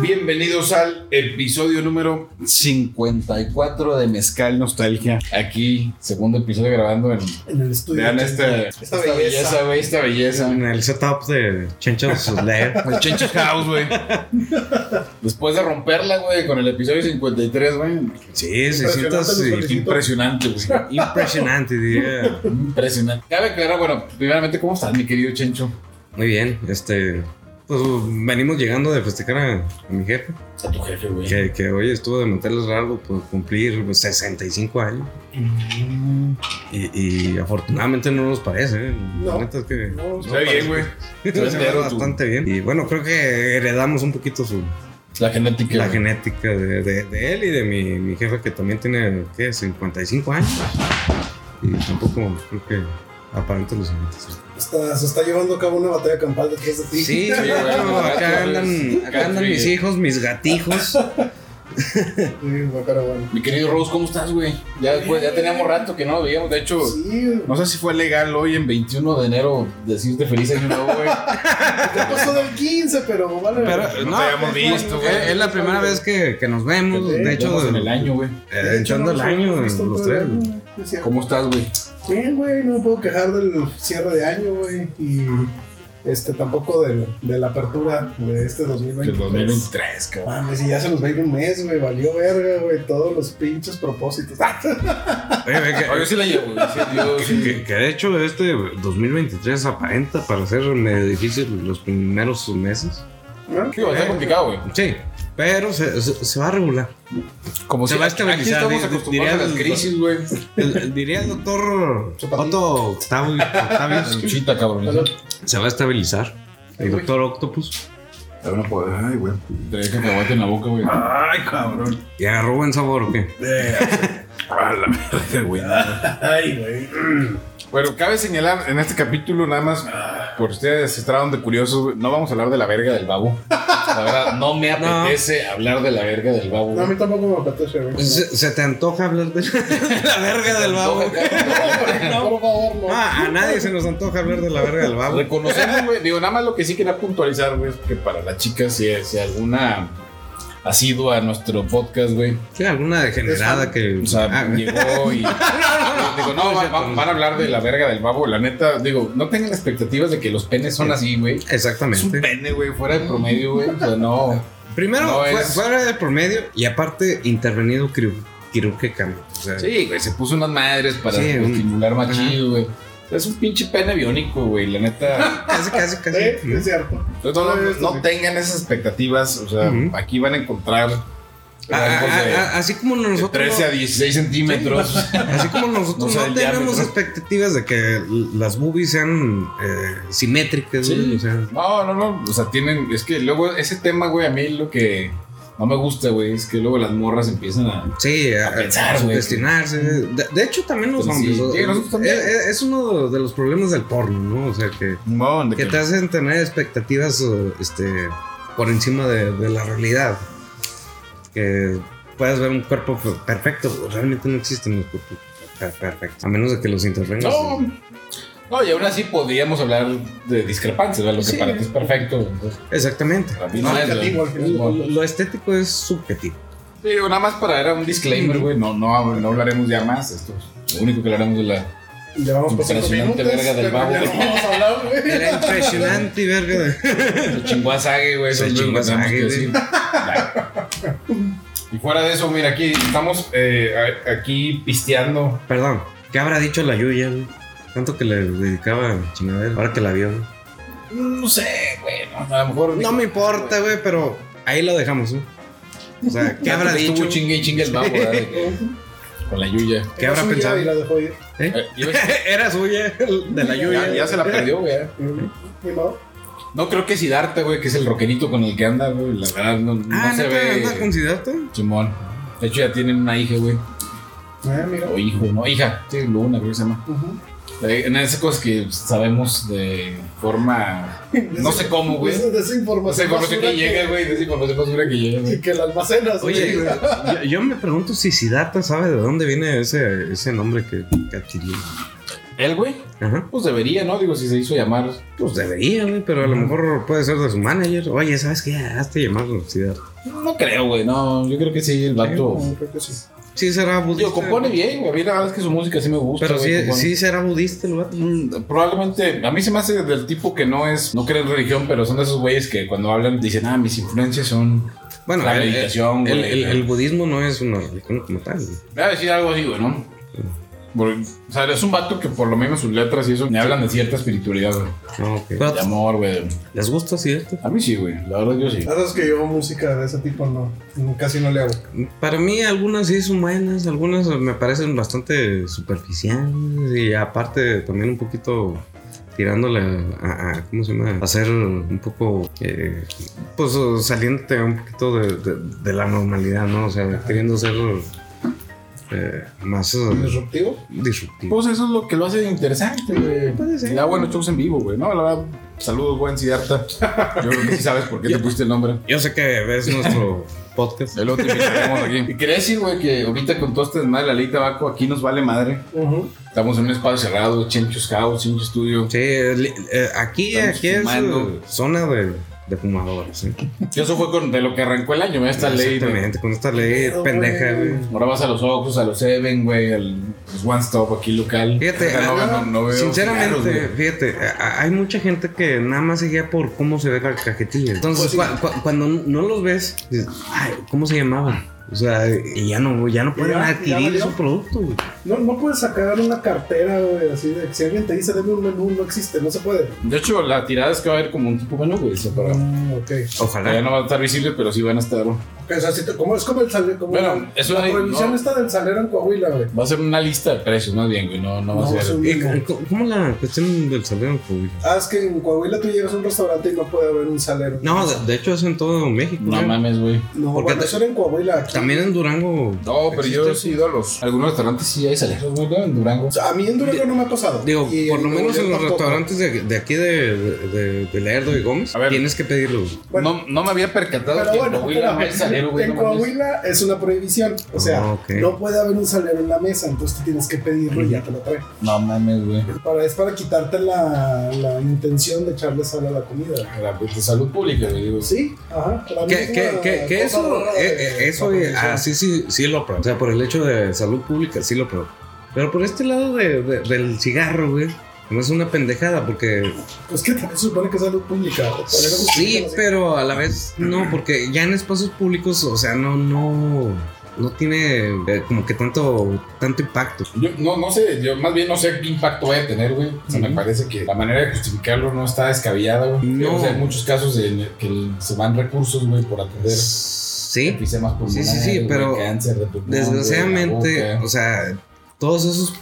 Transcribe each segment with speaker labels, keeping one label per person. Speaker 1: bienvenidos al episodio número
Speaker 2: 54 de Mezcal Nostalgia.
Speaker 1: aquí, segundo episodio grabando en.
Speaker 3: En el estudio.
Speaker 1: Vean este- esta, esta belleza, güey, esta belleza.
Speaker 4: En el setup de Chencha Slayer.
Speaker 1: El Change House, güey. Después de romperla, güey, con el episodio 53, güey.
Speaker 4: Sí, se sienta
Speaker 3: Impresionante
Speaker 4: así,
Speaker 3: los felicito.
Speaker 1: Impresionante, güey.
Speaker 4: impresionante, diría.
Speaker 1: Impresionante. Cabe aclarar, bueno, primeramente, ¿cómo estás, mi querido Chencho?
Speaker 4: Muy bien, este. Pues venimos llegando de festejar a, a mi jefe,
Speaker 1: A tu jefe, güey.
Speaker 4: que, que hoy estuvo de manteles largo por cumplir pues, 65 años. Y, y afortunadamente no nos parece, ¿eh? La
Speaker 3: No.
Speaker 4: neta es que.
Speaker 3: No,
Speaker 1: Está bien, güey.
Speaker 4: se ve
Speaker 1: entero tú.
Speaker 4: bastante bien. Y bueno, creo que heredamos un poquito su,
Speaker 1: La genética.
Speaker 4: la
Speaker 1: güey.
Speaker 4: genética de, de- de él y de mi, mi jefa que también tiene, ¿qué? 55 años. Y tampoco creo que aparente los 50.
Speaker 3: está- se está llevando a cabo una batalla campal detrás de ti.
Speaker 4: Sí,
Speaker 1: güey,
Speaker 4: bueno, acá
Speaker 1: gatos,
Speaker 4: andan,
Speaker 1: gatos,
Speaker 4: acá andan mis
Speaker 1: sí.
Speaker 4: hijos, mis gatijos.
Speaker 3: Sí, güey, pero bueno.
Speaker 1: Mi querido Rose, ¿cómo estás, güey? Ya, después- ya teníamos rato que no nos veíamos. De hecho,
Speaker 3: Sí, güey.
Speaker 1: no sé si fue legal hoy, en 21 de enero, decirte feliz año nuevo, güey.
Speaker 3: Ya pasó del 15, pero vale.
Speaker 4: Pero eh,
Speaker 1: No
Speaker 4: no,
Speaker 1: te habíamos
Speaker 4: es-
Speaker 1: visto, güey.
Speaker 4: Eh, es, es la primera vez que, que nos vemos.
Speaker 3: Que te
Speaker 4: De
Speaker 1: Estamos
Speaker 4: hecho,
Speaker 1: en el año, güey.
Speaker 4: eh, echando el año, los tres.
Speaker 1: ¿Cómo estás, güey?
Speaker 3: Bien, güey, no me puedo quejar del cierre de año, güey. Y este, tampoco del- de la apertura de este 2020.
Speaker 1: Del 2023, cabrón.
Speaker 3: Pues, Mames, y ya se nos va a ir un mes, güey. Valió verga, güey. Todos los pinches propósitos.
Speaker 4: Oye, ve que-
Speaker 1: Ah, yo sí la llevo, güey. Sí, yo sí.
Speaker 4: Que, que de hecho este 2023 aparenta para ser medio difícil los primeros meses.
Speaker 3: ¿No?
Speaker 1: Sí, va a ser complicado, güey.
Speaker 4: Sí, pero se, se- se va a regular.
Speaker 1: Como
Speaker 4: Se
Speaker 1: si
Speaker 4: va a
Speaker 1: aquí
Speaker 4: estabilizar,
Speaker 1: estamos
Speaker 4: di- di-
Speaker 1: acostumbrados a
Speaker 4: diría
Speaker 1: las
Speaker 4: el-
Speaker 1: crisis, güey.
Speaker 4: El- el- diría el doctor
Speaker 3: Zapatín.
Speaker 4: Otto Octavio, Octavius,
Speaker 1: Luchita, cabrón.
Speaker 3: Pero-
Speaker 4: se va a estabilizar. El doctor Octopus.
Speaker 2: Pero no puedo. Ay, güey.
Speaker 1: Trae cacahuate en la boca, güey.
Speaker 2: Ay, cabrón.
Speaker 4: Y agarró buen sabor, ¿o qué?
Speaker 2: A la verga, güey.
Speaker 3: Ay, güey.
Speaker 1: Bueno, cabe señalar en este capítulo, nada más, por si ustedes estaban de curiosos, güey, no vamos a hablar de la verga del babo. La verdad, no me
Speaker 4: No.
Speaker 1: apetece hablar de la verga del babo.
Speaker 3: No, a
Speaker 1: güey.
Speaker 3: mí tampoco me apetece, güey.
Speaker 4: Pues, ¿Se, se te antoja hablar de la verga del babo?
Speaker 3: Por favor, no.
Speaker 4: No, a nadie se nos antoja hablar de la verga del babo.
Speaker 1: Reconocemos, güey. Digo, nada más lo que sí quería puntualizar, güey, es que para las chicas, si, si alguna ha sido a nuestro podcast, güey,
Speaker 4: Sí, alguna degenerada que...
Speaker 1: O sea,
Speaker 4: ah,
Speaker 1: llegó y. Digo, no, va- va- van a hablar de la verga del babo. La neta, digo, no tengan expectativas de que los penes son así, güey. Es un
Speaker 4: exactamente.
Speaker 1: pene, güey, fuera de promedio, güey. O sea, no.
Speaker 4: Primero,
Speaker 1: No
Speaker 4: fue-
Speaker 1: es-
Speaker 4: fuera del promedio y aparte intervenido quirú- quirúrgicamente. O sea,
Speaker 1: Sí, güey, se puso unas madres para
Speaker 4: Sí, un-
Speaker 1: estimular más
Speaker 4: Ajá.
Speaker 1: chido, güey. O sea, Es un pinche pene biónico, güey, la neta.
Speaker 4: Casi, casi, casi.
Speaker 3: Eh, es cierto.
Speaker 1: Entonces, no, no- no tengan esas expectativas. O sea,
Speaker 4: Ujú.
Speaker 1: aquí van a encontrar
Speaker 4: Ah,
Speaker 1: algo
Speaker 4: ah,
Speaker 1: de-
Speaker 4: ah, así como
Speaker 1: de
Speaker 4: nosotros...
Speaker 1: 13 a
Speaker 4: no-
Speaker 1: 16 centímetros.
Speaker 4: Así como nosotros
Speaker 1: No
Speaker 4: no,
Speaker 1: sé, el
Speaker 4: tenemos
Speaker 1: diámetro.
Speaker 4: expectativas de que las boobies sean eh, simétricas,
Speaker 1: Sí.
Speaker 4: güey, o sea,
Speaker 1: No, no, no. O sea, tienen. Es que luego ese tema, güey, a mí lo que no me gusta, güey, es que luego las morras empiezan a.
Speaker 4: sí, a,
Speaker 1: pensar,
Speaker 4: a
Speaker 1: güey.
Speaker 4: sugestionarse. De, de hecho, también los
Speaker 1: Pues sí.
Speaker 4: hombres.
Speaker 1: Sí, nosotros también.
Speaker 4: Es, es- es uno de los problemas del porno, ¿no? O sea, que,
Speaker 1: No, de
Speaker 4: que
Speaker 1: que-
Speaker 4: te hacen tener expectativas eh, este, por encima de, de la realidad. Que puedes ver un cuerpo per- perfecto, realmente no existen los cuerpos per- perfectos, a menos de que los intervengas.
Speaker 1: No. No, y aún así podríamos hablar de discrepancias, ¿verdad? Lo que
Speaker 4: Sí.
Speaker 1: para ti es perfecto. entonces,
Speaker 4: Exactamente.
Speaker 1: para mí
Speaker 3: No,
Speaker 1: no es,
Speaker 3: negativo,
Speaker 1: ¿verdad?
Speaker 3: al final.
Speaker 1: No.
Speaker 4: Lo estético es subjetivo.
Speaker 1: Sí, digo, nada más para dar un disclaimer, güey. No, no, no hablaremos ya más. Esto es lo único que hablaremos de la.
Speaker 3: Llevamos por cinco
Speaker 1: Impresionante
Speaker 3: minutos.
Speaker 1: verga del
Speaker 3: pero
Speaker 1: babo.
Speaker 3: ya no vamos a hablar, güey.
Speaker 4: Era impresionante y verga. de-
Speaker 1: El chinguazague, güey. eso
Speaker 4: El
Speaker 1: es lo que tenemos
Speaker 4: chinguazague,
Speaker 1: que
Speaker 4: güey.
Speaker 1: decir. Ya. Y fuera de eso, mira, aquí estamos eh, a- aquí pisteando.
Speaker 4: Perdón, ¿qué habrá dicho la Yuya? güey? Tanto que le dedicaba a chingadera. Ahora que la vio.
Speaker 1: No sé, güey. no, a lo mejor.
Speaker 4: No me importa, güey, pero ahí lo dejamos, ¿eh? O sea, ¿qué
Speaker 1: Ya
Speaker 4: habrá
Speaker 1: estuvo
Speaker 4: dicho?
Speaker 1: chingue y chingue el babo, ¿verdad? De que- Con la Yuya.
Speaker 4: ¿Qué habrá
Speaker 3: Suya
Speaker 4: pensado?
Speaker 3: Y la dejó ir.
Speaker 4: ¿Eh?
Speaker 1: Eh, yo-
Speaker 4: Era suya, de la
Speaker 1: ya,
Speaker 4: Yuya.
Speaker 1: ya se la perdió, güey.
Speaker 3: Ni modo.
Speaker 1: No creo que Sidarta, güey, que es el rockerito con el que anda, güey. La verdad, no, no
Speaker 4: Ah,
Speaker 1: se
Speaker 4: ¿no
Speaker 1: ve.
Speaker 4: te consideraste?
Speaker 1: Simón. De hecho, ya tienen una hija, güey.
Speaker 3: Ah, mira.
Speaker 1: O hijo, ¿no? Hija. Sí, Luna, creo que se llama.
Speaker 3: Ujú.
Speaker 1: Eh, En esas cosas que sabemos de forma. No sé cómo, güey.
Speaker 3: Esa desinformación.
Speaker 1: No sé, información que
Speaker 3: basura
Speaker 1: llega, güey. De esa información basura que llega, güey.
Speaker 3: Que la almacenas,
Speaker 4: Oye,
Speaker 3: güey.
Speaker 4: yo, yo me pregunto si Siddhartha sabe de dónde viene ese, ese nombre que, que adquirió.
Speaker 1: ¿El güey?
Speaker 4: Ajá.
Speaker 1: Pues debería, ¿no? Digo, si se hizo llamar.
Speaker 4: Pues debería, güey, pero a lo mejor puede ser de su manager. Oye, ¿sabes qué? Hazte llamar a la universidad.
Speaker 1: No creo, güey. No, yo creo que sí, el vato.
Speaker 3: No, creo que sí.
Speaker 4: Sí, será budista.
Speaker 1: Pues, Digo, compone bien, güey. A mí la verdad es que su música sí me gusta.
Speaker 4: Este, Pero
Speaker 1: güey,
Speaker 4: sí,
Speaker 1: compone.
Speaker 4: sí será budista el vato.
Speaker 1: Mm, Probablemente, a mí se me hace del tipo que no es, no cree en religión, pero son de esos güeyes que cuando hablan dicen, ah, mis influencias son.
Speaker 4: Bueno,
Speaker 1: La
Speaker 4: el- el-
Speaker 1: meditación,
Speaker 4: el,
Speaker 1: güey.
Speaker 4: el- el budismo no es una religión como tal. güey.
Speaker 1: Voy a decir algo así, güey, ¿no? Porque, o sea, es un vato que por lo menos sus letras y eso me hablan de cierta espiritualidad, güey.
Speaker 4: No, ok.
Speaker 1: De amor, güey.
Speaker 4: ¿Les gusta, cierto?
Speaker 1: A mí sí, güey. La verdad, yo sí.
Speaker 3: La verdad es que yo música de ese tipo no, casi no le hago.
Speaker 4: Para mí algunas sí son buenas, algunas me parecen bastante superficiales y aparte también un poquito tirándole a, a- ¿cómo se llama? A ser un poco, eh, pues eh, saliéndote un poquito de, de- de la normalidad, ¿no? O sea, queriendo ser eh, más eh,
Speaker 3: ¿Disruptivo?
Speaker 4: disruptivo.
Speaker 1: Pues eso es lo que lo hace interesante, güey.
Speaker 4: Puede ser.
Speaker 1: Ya, bueno, shows en vivo, güey. No, la verdad, saludos, buen Siddhartha. Yo creo que sí sabes por qué te pusiste el nombre.
Speaker 4: Yo sé que ves nuestro podcast.
Speaker 1: Ya luego te invitaremos aquí. Y quería decir, güey, que ahorita con todo este desmadre, la ley tabaco, aquí nos vale madre.
Speaker 3: Ujú.
Speaker 1: Estamos en un espacio cerrado, Chencho's House, Chencho Studio.
Speaker 4: Sí, li- eh, aquí,
Speaker 1: Estamos
Speaker 4: aquí es
Speaker 1: fumando.
Speaker 4: eh, zona de, de fumadores. ¿sí?
Speaker 1: Y Eso fue con, de lo que arrancó el año, esta ley. de-
Speaker 4: Exactamente, con esta ley
Speaker 3: Pero,
Speaker 4: pendeja,
Speaker 3: Eh, güey.
Speaker 4: güey.
Speaker 1: Ahora vas a los Oxxos, a los Seven, güey, al pues, One Stop aquí local.
Speaker 4: Fíjate,
Speaker 1: Acá no,
Speaker 4: ah,
Speaker 1: no- no veo
Speaker 4: Sinceramente,
Speaker 1: cigarros, güey.
Speaker 4: fíjate, a- a- hay mucha gente que nada más se guía por cómo se ve la cajetilla. Entonces,
Speaker 3: Pues sí.
Speaker 4: cua- cua- cuando no los ves, dices, ay, ¿cómo se llamaba? O sea, y ya no, ya no pueden
Speaker 3: ya
Speaker 4: adquirir
Speaker 3: valió.
Speaker 4: su producto, güey.
Speaker 3: No, no puedes sacar una cartera, güey, así de que si alguien te dice deme un menú, no existe, no se puede.
Speaker 1: De hecho, la tirada es que va a haber como un tipo menú, güey. o sea, para-
Speaker 3: Mm, ok.
Speaker 1: Ya
Speaker 4: Ojalá.
Speaker 1: no va a estar visible, pero sí van a estar.
Speaker 3: Ok, o sea, si te- como, es como el salero. Como
Speaker 1: Bueno,
Speaker 3: la-
Speaker 1: eso
Speaker 3: la
Speaker 1: hay-
Speaker 3: prohibición
Speaker 1: no.
Speaker 3: está del salero en Coahuila, güey.
Speaker 1: Va a ser una lista de precios, más bien, güey. No, no va
Speaker 3: No,
Speaker 1: a
Speaker 3: es
Speaker 1: ser.
Speaker 3: un
Speaker 4: Eh,
Speaker 3: menú.
Speaker 4: ¿cómo- ¿Cómo la cuestión del salero? güey?
Speaker 3: Ah, es que en Coahuila tú llegas a un restaurante y no puede haber un salero.
Speaker 4: No, de, de hecho es en todo México.
Speaker 1: No
Speaker 4: güey.
Speaker 1: mames, güey.
Speaker 3: no
Speaker 4: porque
Speaker 3: bueno,
Speaker 4: te-
Speaker 3: eso era en Coahuila. aquí.
Speaker 4: También en Durango.
Speaker 1: No, pero yo sí
Speaker 4: ¿Existe?
Speaker 1: he ido a los. Algunos restaurantes sí hay saleros, güey, ¿no? en Durango.
Speaker 3: O sea, a mí en Durango no me ha pasado.
Speaker 4: Digo,
Speaker 3: Y
Speaker 4: por lo menos
Speaker 3: Coahuila
Speaker 4: en los
Speaker 3: tampoco.
Speaker 4: restaurantes de, de aquí de, de, de- de Lerdo y Gómez,
Speaker 1: A ver.
Speaker 4: tienes que pedirlos.
Speaker 3: Bueno.
Speaker 1: no, no me había percatado
Speaker 3: Pero
Speaker 1: que
Speaker 3: bueno,
Speaker 1: en Coahuila no
Speaker 3: espérame,
Speaker 1: hay salero, güey.
Speaker 3: en
Speaker 1: no mames.
Speaker 3: Coahuila es una prohibición. O sea,
Speaker 4: Ah, ok.
Speaker 3: no puede haber un salero en la mesa, entonces tú tienes que pedirlo y ya te lo trae.
Speaker 1: No mames, güey.
Speaker 3: Para, es para quitarte la, la intención de echarle sal a la comida.
Speaker 1: Era, pues, de salud pública, güey. digo.
Speaker 3: Sí, ajá. la
Speaker 4: Que,
Speaker 3: misma
Speaker 4: que, que, que
Speaker 3: cosa
Speaker 4: eso,
Speaker 3: rara
Speaker 4: eh,
Speaker 3: de-
Speaker 4: eh, eso
Speaker 3: de
Speaker 4: eh,
Speaker 3: prohibición.
Speaker 4: ah, sí, sí, sí lo apruebo. O sea, por el hecho de salud pública, sí lo apruebo. Pero por este lado de- de- del cigarro, güey, no es una pendejada porque...
Speaker 3: Pues que también se supone que es salud pública. o sea, no
Speaker 4: Sí,
Speaker 3: justifica, no sé.
Speaker 4: pero a la vez no, porque ya en espacios públicos, o sea, no, no, no tiene eh, como que tanto, tanto impacto.
Speaker 1: Yo no, no sé, yo más bien no sé qué impacto vaya a tener, güey. O sea, me parece que la manera de justificarlo no está descabellada, güey.
Speaker 4: No.
Speaker 1: O sea, hay muchos casos en que se van recursos, güey, por atender
Speaker 4: Sí,
Speaker 1: episemas
Speaker 4: Sí, sí,
Speaker 1: pulmonares,
Speaker 4: sí,
Speaker 1: güey,
Speaker 4: pero
Speaker 1: cáncer de pulmón, güey, la
Speaker 4: desgraciadamente,
Speaker 1: boca.
Speaker 4: o sea, todos esos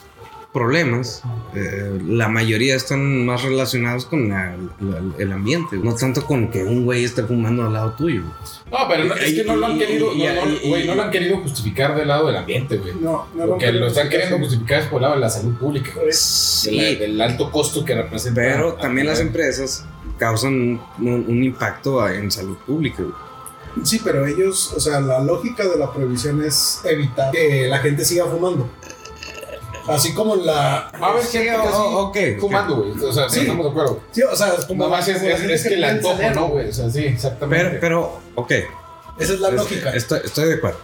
Speaker 4: problemas, eh, la mayoría están más relacionados con la- la- el ambiente, no tanto con que un güey esté fumando al lado tuyo.
Speaker 1: No, pero no- es que no lo han querido, no, no, güey, no lo han querido justificar del lado del ambiente, güey.
Speaker 3: No, no
Speaker 1: Lo que
Speaker 3: han
Speaker 1: lo están
Speaker 3: querido
Speaker 1: queriendo pues,
Speaker 3: justificar.
Speaker 1: justificar es por el lado de la salud pública, güey. De la-
Speaker 4: Sí,
Speaker 1: del alto costo que representa.
Speaker 4: pero también las
Speaker 1: atender.
Speaker 4: empresas causan un, un- un impacto en salud pública. güey.
Speaker 3: Sí, pero ellos, o sea, la lógica de la prohibición es evitar que la gente siga fumando. Así como la.
Speaker 1: A ver, gente que
Speaker 4: Sí, o-
Speaker 1: sí,
Speaker 4: ok, ok.
Speaker 1: fumando, güey. O sea,
Speaker 3: Sí.
Speaker 1: estamos de acuerdo.
Speaker 3: Sí, o sea, es como.
Speaker 1: Nada más es,
Speaker 3: como la
Speaker 1: es-
Speaker 3: gente
Speaker 1: es que el
Speaker 3: pide el
Speaker 1: antojo,
Speaker 3: salero.
Speaker 1: ¿no, güey? O sea, sí,
Speaker 4: Pero,
Speaker 1: exactamente.
Speaker 4: pero, ok,
Speaker 3: Esa es la
Speaker 4: es-
Speaker 3: lógica.
Speaker 4: estoy, estoy de acuerdo.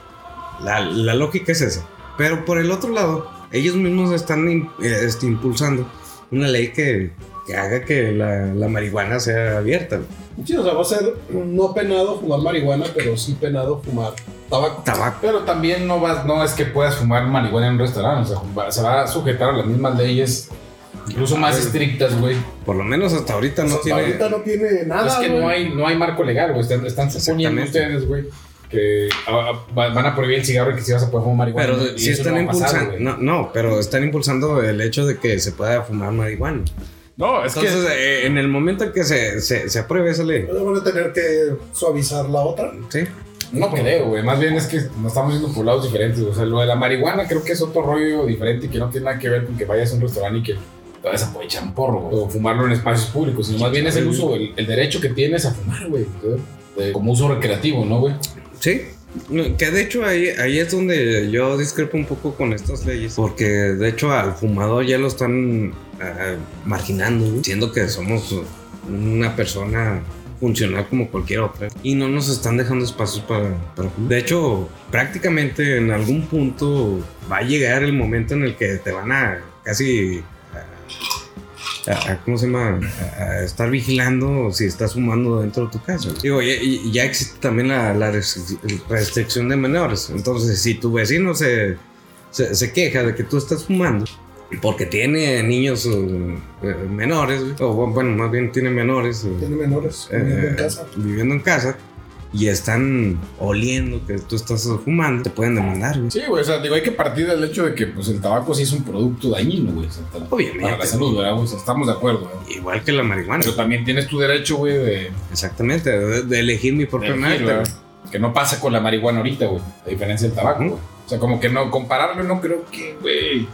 Speaker 4: La, la lógica es esa. Pero por el otro lado, ellos mismos están im- eh, este, impulsando una ley que, que haga que la, la marihuana sea abierta. güey.
Speaker 3: Sí, o sea, va a ser no penado fumar marihuana, pero sí penado fumar tabaco.
Speaker 4: Tabaco.
Speaker 1: Pero también no vas, no es que puedas fumar marihuana en un restaurante. O sea, va- se va a sujetar a las mismas leyes, incluso más estrictas, güey.
Speaker 4: Por lo menos hasta ahorita no
Speaker 3: O sea,
Speaker 4: tiene.
Speaker 3: Ahorita no tiene nada.
Speaker 1: es que
Speaker 3: güey.
Speaker 1: no hay, no hay marco legal, güey. Están, están suponiendo
Speaker 4: Exactamente.
Speaker 1: ustedes, güey, que a- a- va- van a prohibir el cigarro y que si vas a poder fumar marihuana.
Speaker 4: Pero
Speaker 1: Y
Speaker 4: sí
Speaker 1: eso
Speaker 4: están
Speaker 1: no va a pasar,
Speaker 4: impulsando.
Speaker 1: güey.
Speaker 4: no, no, pero están impulsando el hecho de que se pueda fumar marihuana.
Speaker 1: No, es
Speaker 4: Entonces, eh, en el momento en que se, se, se apruebe esa ley,
Speaker 3: Pero van a tener que suavizar la otra.
Speaker 4: ¿sí?
Speaker 1: que no creo, güey. Más bien es que nos estamos yendo por lados diferentes. O sea, lo de la marihuana creo que es otro rollo diferente que no tiene nada que ver con que vayas a un restaurante y que te vayas a poder echar un porro güey, o fumarlo en espacios públicos, sino más bien es el uso, el, el derecho que tienes a fumar, güey. ¿sí? De- Como uso recreativo, ¿no, güey?
Speaker 4: Sí, No, Que de hecho ahí, ahí es donde yo discrepo un poco con estas leyes. Porque de hecho al fumador ya lo están ah, marginando, güey, siendo que somos una persona funcional como cualquier otra. Y no nos están dejando espacios para, para fumar. De hecho, prácticamente en algún punto va a llegar el momento en el que te van a casi... a- a- a- ¿Cómo se llama? A, a estar vigilando si estás fumando dentro de tu casa. güey. Digo, ya, y- ya existe también la, la restric- restricción de menores. Entonces, si tu vecino se, se, se queja de que tú estás fumando porque tiene niños eh, eh, menores, güey, o bueno, más bien tiene menores. eh,
Speaker 3: Tiene menores
Speaker 4: eh,
Speaker 3: viviendo en casa.
Speaker 4: viviendo en casa y están oliendo que tú estás fumando, te pueden demandar, güey.
Speaker 1: Sí, güey, o sea, digo, hay que partir del hecho de que pues el tabaco sí es un producto dañino, güey. o sea, para-
Speaker 4: Obviamente.
Speaker 1: Para la salud, ¿verdad? güey? O sea, estamos de acuerdo, güey.
Speaker 4: Igual que la marihuana.
Speaker 1: Pero también tienes tu derecho, güey, de,
Speaker 4: Exactamente, de, de elegir mi
Speaker 1: de
Speaker 4: propio
Speaker 1: elegir,
Speaker 4: maestro.
Speaker 1: ¿verdad? eh, Que no pasa con la marihuana ahorita, güey. A diferencia del tabaco,
Speaker 4: Ujú.
Speaker 1: güey. O sea, como que no, compararlo no creo que, güey,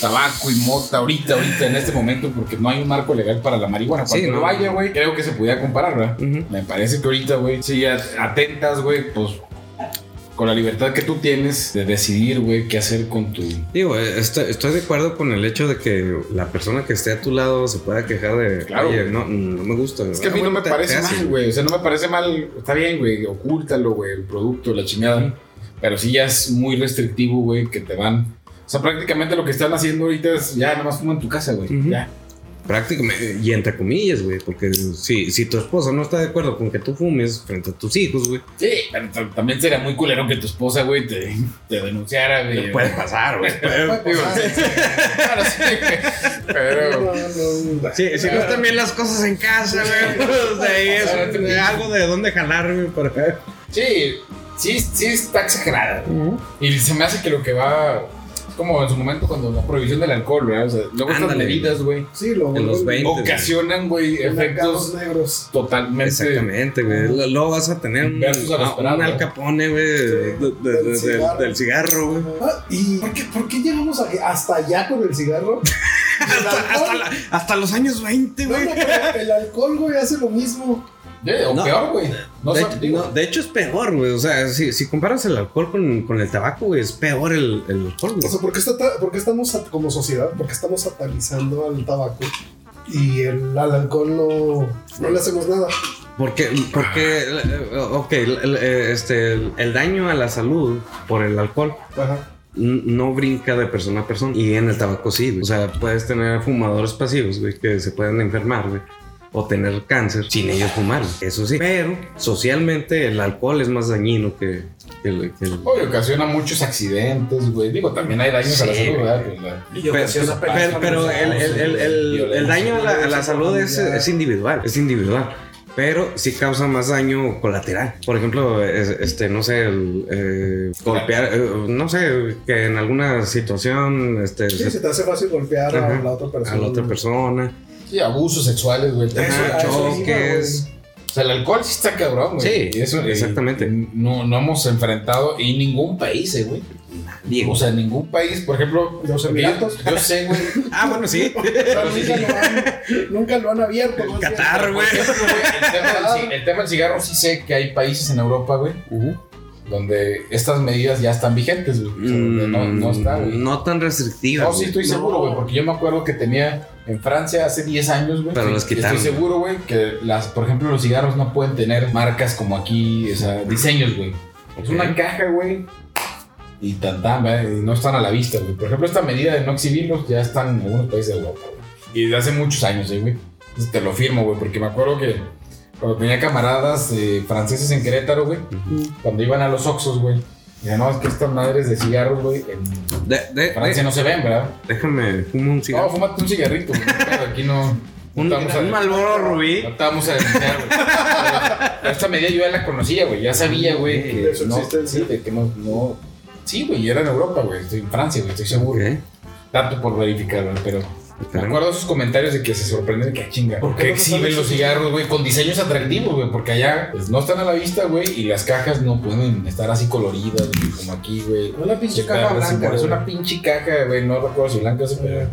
Speaker 1: tabaco y mota ahorita, ahorita, en este momento, porque no hay un marco legal para la marihuana.
Speaker 4: Sí,
Speaker 1: Cuando
Speaker 4: no.
Speaker 1: no vaya, güey, creo que se pudiera comparar, ¿verdad?
Speaker 4: Ujú.
Speaker 1: Me parece que ahorita, güey, si at- atentas, güey, pues con la libertad que tú tienes de decidir, güey, qué hacer con tu...
Speaker 4: Digo, eh, estoy, estoy de acuerdo con el hecho de que la persona que esté a tu lado se pueda quejar de,
Speaker 1: Claro,
Speaker 4: oye,
Speaker 1: güey.
Speaker 4: no, no me gusta.
Speaker 1: Es que a mí
Speaker 4: Ah,
Speaker 1: no me
Speaker 4: bueno, te- te
Speaker 1: parece
Speaker 4: hace,
Speaker 1: mal, güey. O sea, no me parece mal. Está bien, güey. Ocúltalo, güey. El producto, la chingada. Pero sí ya es muy restrictivo, güey, que te van... O sea, prácticamente lo que están haciendo ahorita es ya nada más fuma en tu casa, güey.
Speaker 4: Ujú.
Speaker 1: Ya.
Speaker 4: Prácticamente, y entre comillas, güey, porque si, si tu esposa no está de acuerdo con que tú fumes frente a tus hijos, güey,
Speaker 1: Sí, pero t- también sería muy culero que tu esposa, güey, te, te denunciara, güey.
Speaker 4: puede pasar, güey.
Speaker 3: Puede
Speaker 1: Digo,
Speaker 3: pasar.
Speaker 1: sí, sí, claro, sí, güey. Pero...
Speaker 3: pues, No, no, no.
Speaker 4: Sí, si no están bien las cosas en casa, güey. pues, de ahí es de algo de dónde jalar, güey, para-
Speaker 1: Sí, sí, sí está exagerada. Y se me hace que lo que va. Como en su momento cuando la prohibición del alcohol, ¿verdad? O sea, luego estas
Speaker 4: Ándale.
Speaker 1: medidas, güey,
Speaker 3: Sí, lo
Speaker 4: En los 20.
Speaker 1: ocasionan, güey,
Speaker 3: Efectos
Speaker 1: efectos
Speaker 3: negros.
Speaker 1: totalmente.
Speaker 4: Exactamente, güey. Lo- ah, Luego vas a tener un,
Speaker 1: Versus a lo
Speaker 4: a-
Speaker 1: esperado,
Speaker 4: un
Speaker 1: ¿no?
Speaker 4: Al Capone, güey, de- de- de-
Speaker 3: Del
Speaker 4: de-
Speaker 3: cigarro.
Speaker 4: del cigarro, güey.
Speaker 3: Ah, ¿Y por qué, por qué llegamos a- hasta allá con el cigarro? El
Speaker 4: Hasta, hasta
Speaker 3: alcohol,
Speaker 4: la- hasta los años 20,
Speaker 3: no,
Speaker 4: güey.
Speaker 3: no, pero el alcohol, güey, hace lo mismo.
Speaker 1: Eh, o
Speaker 4: No.
Speaker 1: peor, güey. No,
Speaker 4: de,
Speaker 1: sé, digo,
Speaker 4: no, de hecho, es peor, güey. O sea, si, si comparas el alcohol con, con el tabaco, güey, es peor el, el alcohol,
Speaker 3: O
Speaker 4: güey.
Speaker 3: sea, ¿por qué, está ta- por qué estamos sat- como sociedad? ¿Por qué estamos satanizando al tabaco? Y el, al alcohol no, no le hacemos nada.
Speaker 4: Porque, porque eh, ok, el- el- eh, este, el- el daño a la salud por el alcohol
Speaker 3: Ajá.
Speaker 4: n- no brinca de persona a persona. Y en el tabaco sí, güey. O sea, puedes tener fumadores pasivos, güey, que se pueden enfermar, güey. O tener cáncer sin ellos fumar, güey. eso sí. Pero socialmente el alcohol es más dañino que, que el... que el-
Speaker 1: Obvio, ocasiona muchos accidentes, güey. Digo, también hay daños a la
Speaker 4: Sí,
Speaker 1: salud,
Speaker 4: güey.
Speaker 1: ¿verdad? Pues, la-
Speaker 4: Pero, pero- pero el, el- el- el- el daño a la, a la salud es, es individual, es individual. Pero sí causa más daño colateral. Por ejemplo, es- este, no sé, el, eh, golpear, eh, no sé, que en alguna situación este,
Speaker 3: Sí,
Speaker 4: se-
Speaker 3: se te hace fácil golpear
Speaker 4: Ajá.
Speaker 3: a la otra persona.
Speaker 4: a la otra persona.
Speaker 1: Sí, abusos sexuales, güey.
Speaker 3: Eso-
Speaker 4: Ajá,
Speaker 3: a eso iba,
Speaker 4: choques.
Speaker 3: güey.
Speaker 1: O sea, el alcohol sí está cabrón, güey.
Speaker 4: Sí,
Speaker 1: Y eso, eh,
Speaker 4: exactamente.
Speaker 1: No, no hemos enfrentado en ningún país, eh, güey. O sea, en ningún país, por ejemplo,
Speaker 3: Los
Speaker 1: porque yo-
Speaker 3: Emiratos.
Speaker 1: Yo sé, güey.
Speaker 4: Ah, bueno, sí.
Speaker 1: Pero sí,
Speaker 3: nunca, lo han, nunca lo han abierto. más bien.
Speaker 4: Qatar,
Speaker 1: Por
Speaker 4: güey.
Speaker 1: ejemplo, güey, el tema del ci- El tema del cigarro, sí sé que hay países en Europa, güey, donde estas medidas ya están vigentes, güey. O sea, donde Mm, no,
Speaker 4: Mm.
Speaker 1: no está, güey. No,
Speaker 4: No tan restrictiva.
Speaker 1: sí estoy
Speaker 3: No.
Speaker 1: seguro, güey, porque yo me acuerdo que tenía en Francia hace 10 años, güey.
Speaker 4: Pero
Speaker 1: sí,
Speaker 4: los quitaron.
Speaker 1: Estoy seguro, güey, que las, por ejemplo, los cigarros no pueden tener marcas como aquí, o sea, diseños, güey. Es una caja, güey. Y tan tan, güey, y no están a la vista, güey. Por ejemplo, esta medida de no exhibirlos ya están en algunos países de Europa, güey. Y desde hace muchos años, eh, güey. Entonces te lo firmo, güey, porque me acuerdo que cuando tenía camaradas eh, franceses en Querétaro, güey, cuando iban a los Oxos, güey, decían, no, es que estas madres de cigarros, güey, en
Speaker 4: De- de-
Speaker 1: Francia
Speaker 4: de-
Speaker 1: no se ven, ¿verdad?
Speaker 4: déjame fumo un
Speaker 1: No,
Speaker 4: cigarro.
Speaker 1: fúmate un cigarrito, güey. pero Aquí no. no
Speaker 4: un
Speaker 1: te vamos a-
Speaker 4: un Marlboro rubí.
Speaker 1: no te vamos a denunciar, güey. Pero Esta medida yo ya la conocía, güey. Ya sabía, güey, que
Speaker 3: De su
Speaker 1: Eh, no-
Speaker 3: existencia.
Speaker 1: sí, de que no, no- Sí, güey, y era en Europa, güey. estoy En Francia, güey, estoy seguro.
Speaker 4: Ok.
Speaker 1: Tanto por verificar, güey, pero. Me
Speaker 4: Esperemos.
Speaker 1: acuerdo esos comentarios de que se sorprenden que "Ah, chinga. ¿Por qué exhiben los cigarros, güey? Con diseños atractivos, güey. Porque allá pues, no están a la vista, güey. Y las cajas no pueden estar así coloridas, güey, como aquí, güey.
Speaker 3: Una pinche caja
Speaker 1: Claro, sí,
Speaker 3: blanca.
Speaker 1: Es
Speaker 3: güey.
Speaker 1: una pinche caja, güey. No recuerdo si blanca, pero.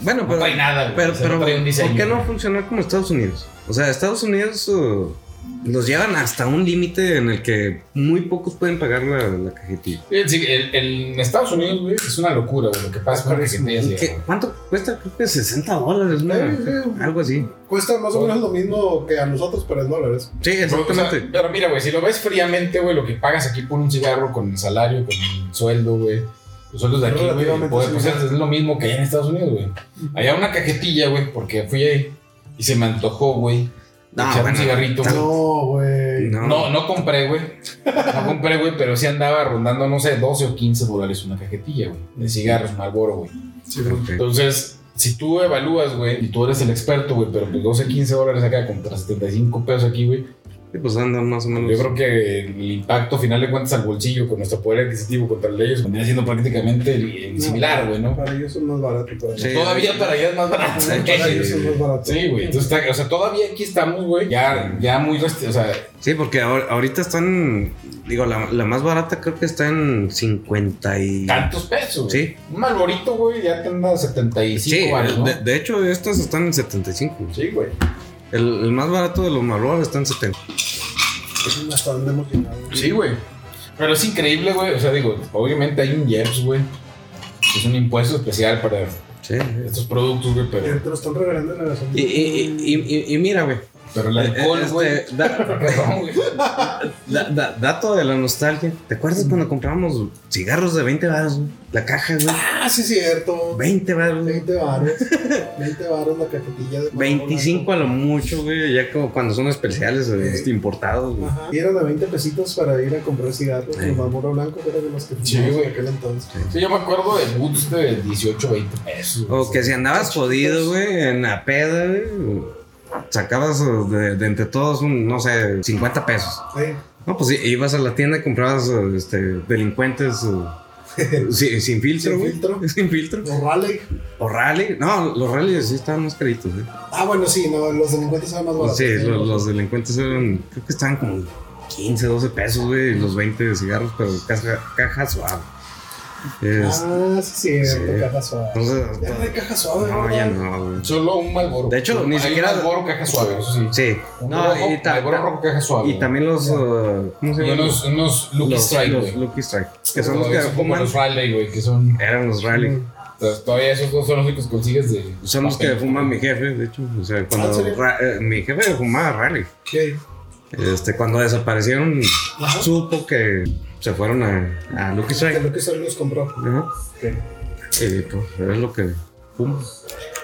Speaker 4: Bueno,
Speaker 1: No
Speaker 4: pero.
Speaker 1: trae nada, güey.
Speaker 4: Pero,
Speaker 1: o sea,
Speaker 4: pero
Speaker 1: no trae un
Speaker 4: ¿por
Speaker 1: diseño.
Speaker 4: qué no funciona como Estados Unidos? O sea, Estados Unidos uh, los llevan hasta un límite en el que muy pocos pueden pagar la, la cajetilla.
Speaker 1: Fíjense, el- el- en Estados Unidos, güey, es una locura, güey, lo que pasa con la cajetilla.
Speaker 4: ¿Y
Speaker 1: sí,
Speaker 4: qué- ¿Cuánto cuesta? Creo que 60 dólares, ¿no?
Speaker 3: Sí, sí.
Speaker 4: Algo así.
Speaker 3: Cuesta más o menos lo mismo que a nosotros, pero en dólares.
Speaker 4: Sí,
Speaker 1: Exactamente.
Speaker 4: exactamente.
Speaker 1: pero mira, güey, si lo ves fríamente, güey, lo que pagas aquí por un cigarro con el salario, con el sueldo, güey. Los sueldos de aquí, güey,
Speaker 3: Relativamente
Speaker 1: poder- pues,
Speaker 3: similar.
Speaker 1: es lo mismo que allá en Estados Unidos, güey. Allá una cajetilla, güey, porque fui ahí y se me antojó, güey.
Speaker 4: No,
Speaker 1: echar
Speaker 4: bueno,
Speaker 1: un cigarrito, güey.
Speaker 3: No, güey.
Speaker 4: No,
Speaker 1: No, no compré, güey. No compré, güey, pero sí andaba rondando, no sé, 12 o 15 dólares una cajetilla, güey. De cigarros, Marlboro, güey.
Speaker 3: Sí, güey.
Speaker 4: ok.
Speaker 1: Entonces, si tú evalúas, güey, y tú eres el experto, güey, pero pues 12, 15 dólares acá contra 75 pesos aquí, güey.
Speaker 4: Sí, pues andan más o menos.
Speaker 1: Yo creo que el impacto final de cuentas al bolsillo con nuestro poder adquisitivo contra leyes vendría siendo prácticamente el- el similar, güey, ¿no?
Speaker 3: Para ellos es más barato. todavía.
Speaker 4: Sí.
Speaker 1: Todavía para allá es más barato.
Speaker 3: Para
Speaker 1: güey.
Speaker 3: ellos es más barato.
Speaker 1: Sí, güey. Entonces, está- o sea, todavía aquí estamos, güey. Ya, ya muy, restri- o sea,
Speaker 4: Sí, porque ahor- ahorita están. Digo, la, la más barata creo que está en 50 y.
Speaker 1: tantos pesos. güey.
Speaker 4: Sí,
Speaker 1: Un malborito, güey, ya te anda 75
Speaker 4: sí.
Speaker 1: varos, ¿no?
Speaker 4: de, de hecho, estas están en 75.
Speaker 1: Sí, güey.
Speaker 4: El, el más barato de los Marlboro está en 70.
Speaker 3: Es Hasta donde hemos llegado. güey.
Speaker 1: Sí, güey. Pero es increíble, güey. O sea, digo, obviamente hay un IEPS, güey. Es un impuesto especial para
Speaker 4: Sí.
Speaker 1: estos productos, güey,
Speaker 3: Y
Speaker 1: pero,
Speaker 3: te lo están regalando en la
Speaker 4: Y, y- y- y- y mira, güey.
Speaker 1: pero el alcohol,
Speaker 4: Este,
Speaker 1: güey.
Speaker 4: da-
Speaker 1: Perdón, güey.
Speaker 4: da- da- dato de la nostalgia. ¿Te acuerdas cuando comprábamos cigarros de 20 baros? güey? La caja, güey.
Speaker 3: Ah, sí, cierto.
Speaker 4: 20 baros. güey.
Speaker 3: 20 baros. 20 baros la cajetilla de.
Speaker 4: 25 a lo mucho, güey. Ya como cuando son especiales eh, este, importados, güey.
Speaker 3: Ajá. Y eran a 20 pesitos para ir a comprar cigarros.
Speaker 4: Sí.
Speaker 3: El mamuro blanco que era de los que
Speaker 1: Sí,
Speaker 3: fumábamos
Speaker 1: güey.
Speaker 3: en aquel entonces.
Speaker 1: Sí, yo me acuerdo de boots de 18, 20 pesos. güey.
Speaker 4: O que si andabas jodido, güey, en la peda, güey, sacabas eh, de, de entre todos, un, no sé, 50 pesos.
Speaker 3: Sí.
Speaker 4: No, pues i- ibas a la tienda y comprabas eh, este, delincuentes eh, si- sin filtro,
Speaker 3: Sin
Speaker 4: güey.
Speaker 3: filtro.
Speaker 4: Sin filtro.
Speaker 3: O Raleigh.
Speaker 4: O rally. No, los rally sí estaban más caritos, güey.
Speaker 3: Ah, bueno, sí, no, los delincuentes eran más baratos. ¿eh?
Speaker 4: Sí, lo- los, delincuentes eran, creo que estaban como 15, 12 pesos, güey, y los 20 de cigarros, pero caja, caja suave. Es-
Speaker 3: Ah, sí, es cierto,
Speaker 4: Pues, Sí.
Speaker 3: caja suave.
Speaker 4: entonces,
Speaker 3: Ya no hay caja suave,
Speaker 4: no,
Speaker 3: ¿verdad?
Speaker 4: ya no, güey.
Speaker 1: Solo un Malboro.
Speaker 4: De hecho, ni
Speaker 1: Hay
Speaker 4: siquiera-
Speaker 1: Un Malboro caja suave, eso sí.
Speaker 4: Sí.
Speaker 1: Un
Speaker 4: No,
Speaker 1: rojo,
Speaker 4: y, ta-
Speaker 1: Malboro rojo caja suave.
Speaker 4: y
Speaker 1: güey.
Speaker 4: también los.
Speaker 3: Ya.
Speaker 4: uh, ¿Cómo se
Speaker 1: Y
Speaker 4: llaman?
Speaker 1: unos, unos Lucky
Speaker 4: los,
Speaker 1: Strike,
Speaker 4: los
Speaker 1: güey.
Speaker 4: Lucky Strike. Que son los que
Speaker 1: Son como
Speaker 4: fuman.
Speaker 1: los Raleigh, güey, que son.
Speaker 4: Eran los rally.
Speaker 1: Entonces, todavía esos dos son los únicos que consigues de.
Speaker 4: Son los que
Speaker 1: papel.
Speaker 4: fuma mi jefe, de hecho. O sea,
Speaker 3: ¿en
Speaker 4: cuando.
Speaker 3: serio?
Speaker 4: ra- eh, mi jefe fumaba rally.
Speaker 3: Sí.
Speaker 4: Este, cuando desaparecieron,
Speaker 3: Ajá.
Speaker 4: supo que se fueron a, a Lucky
Speaker 3: Que
Speaker 4: Strike.
Speaker 3: lo que solo los compró. Ah,
Speaker 4: Ajá.
Speaker 3: ¿Qué?
Speaker 4: Y pues, es lo que fuma.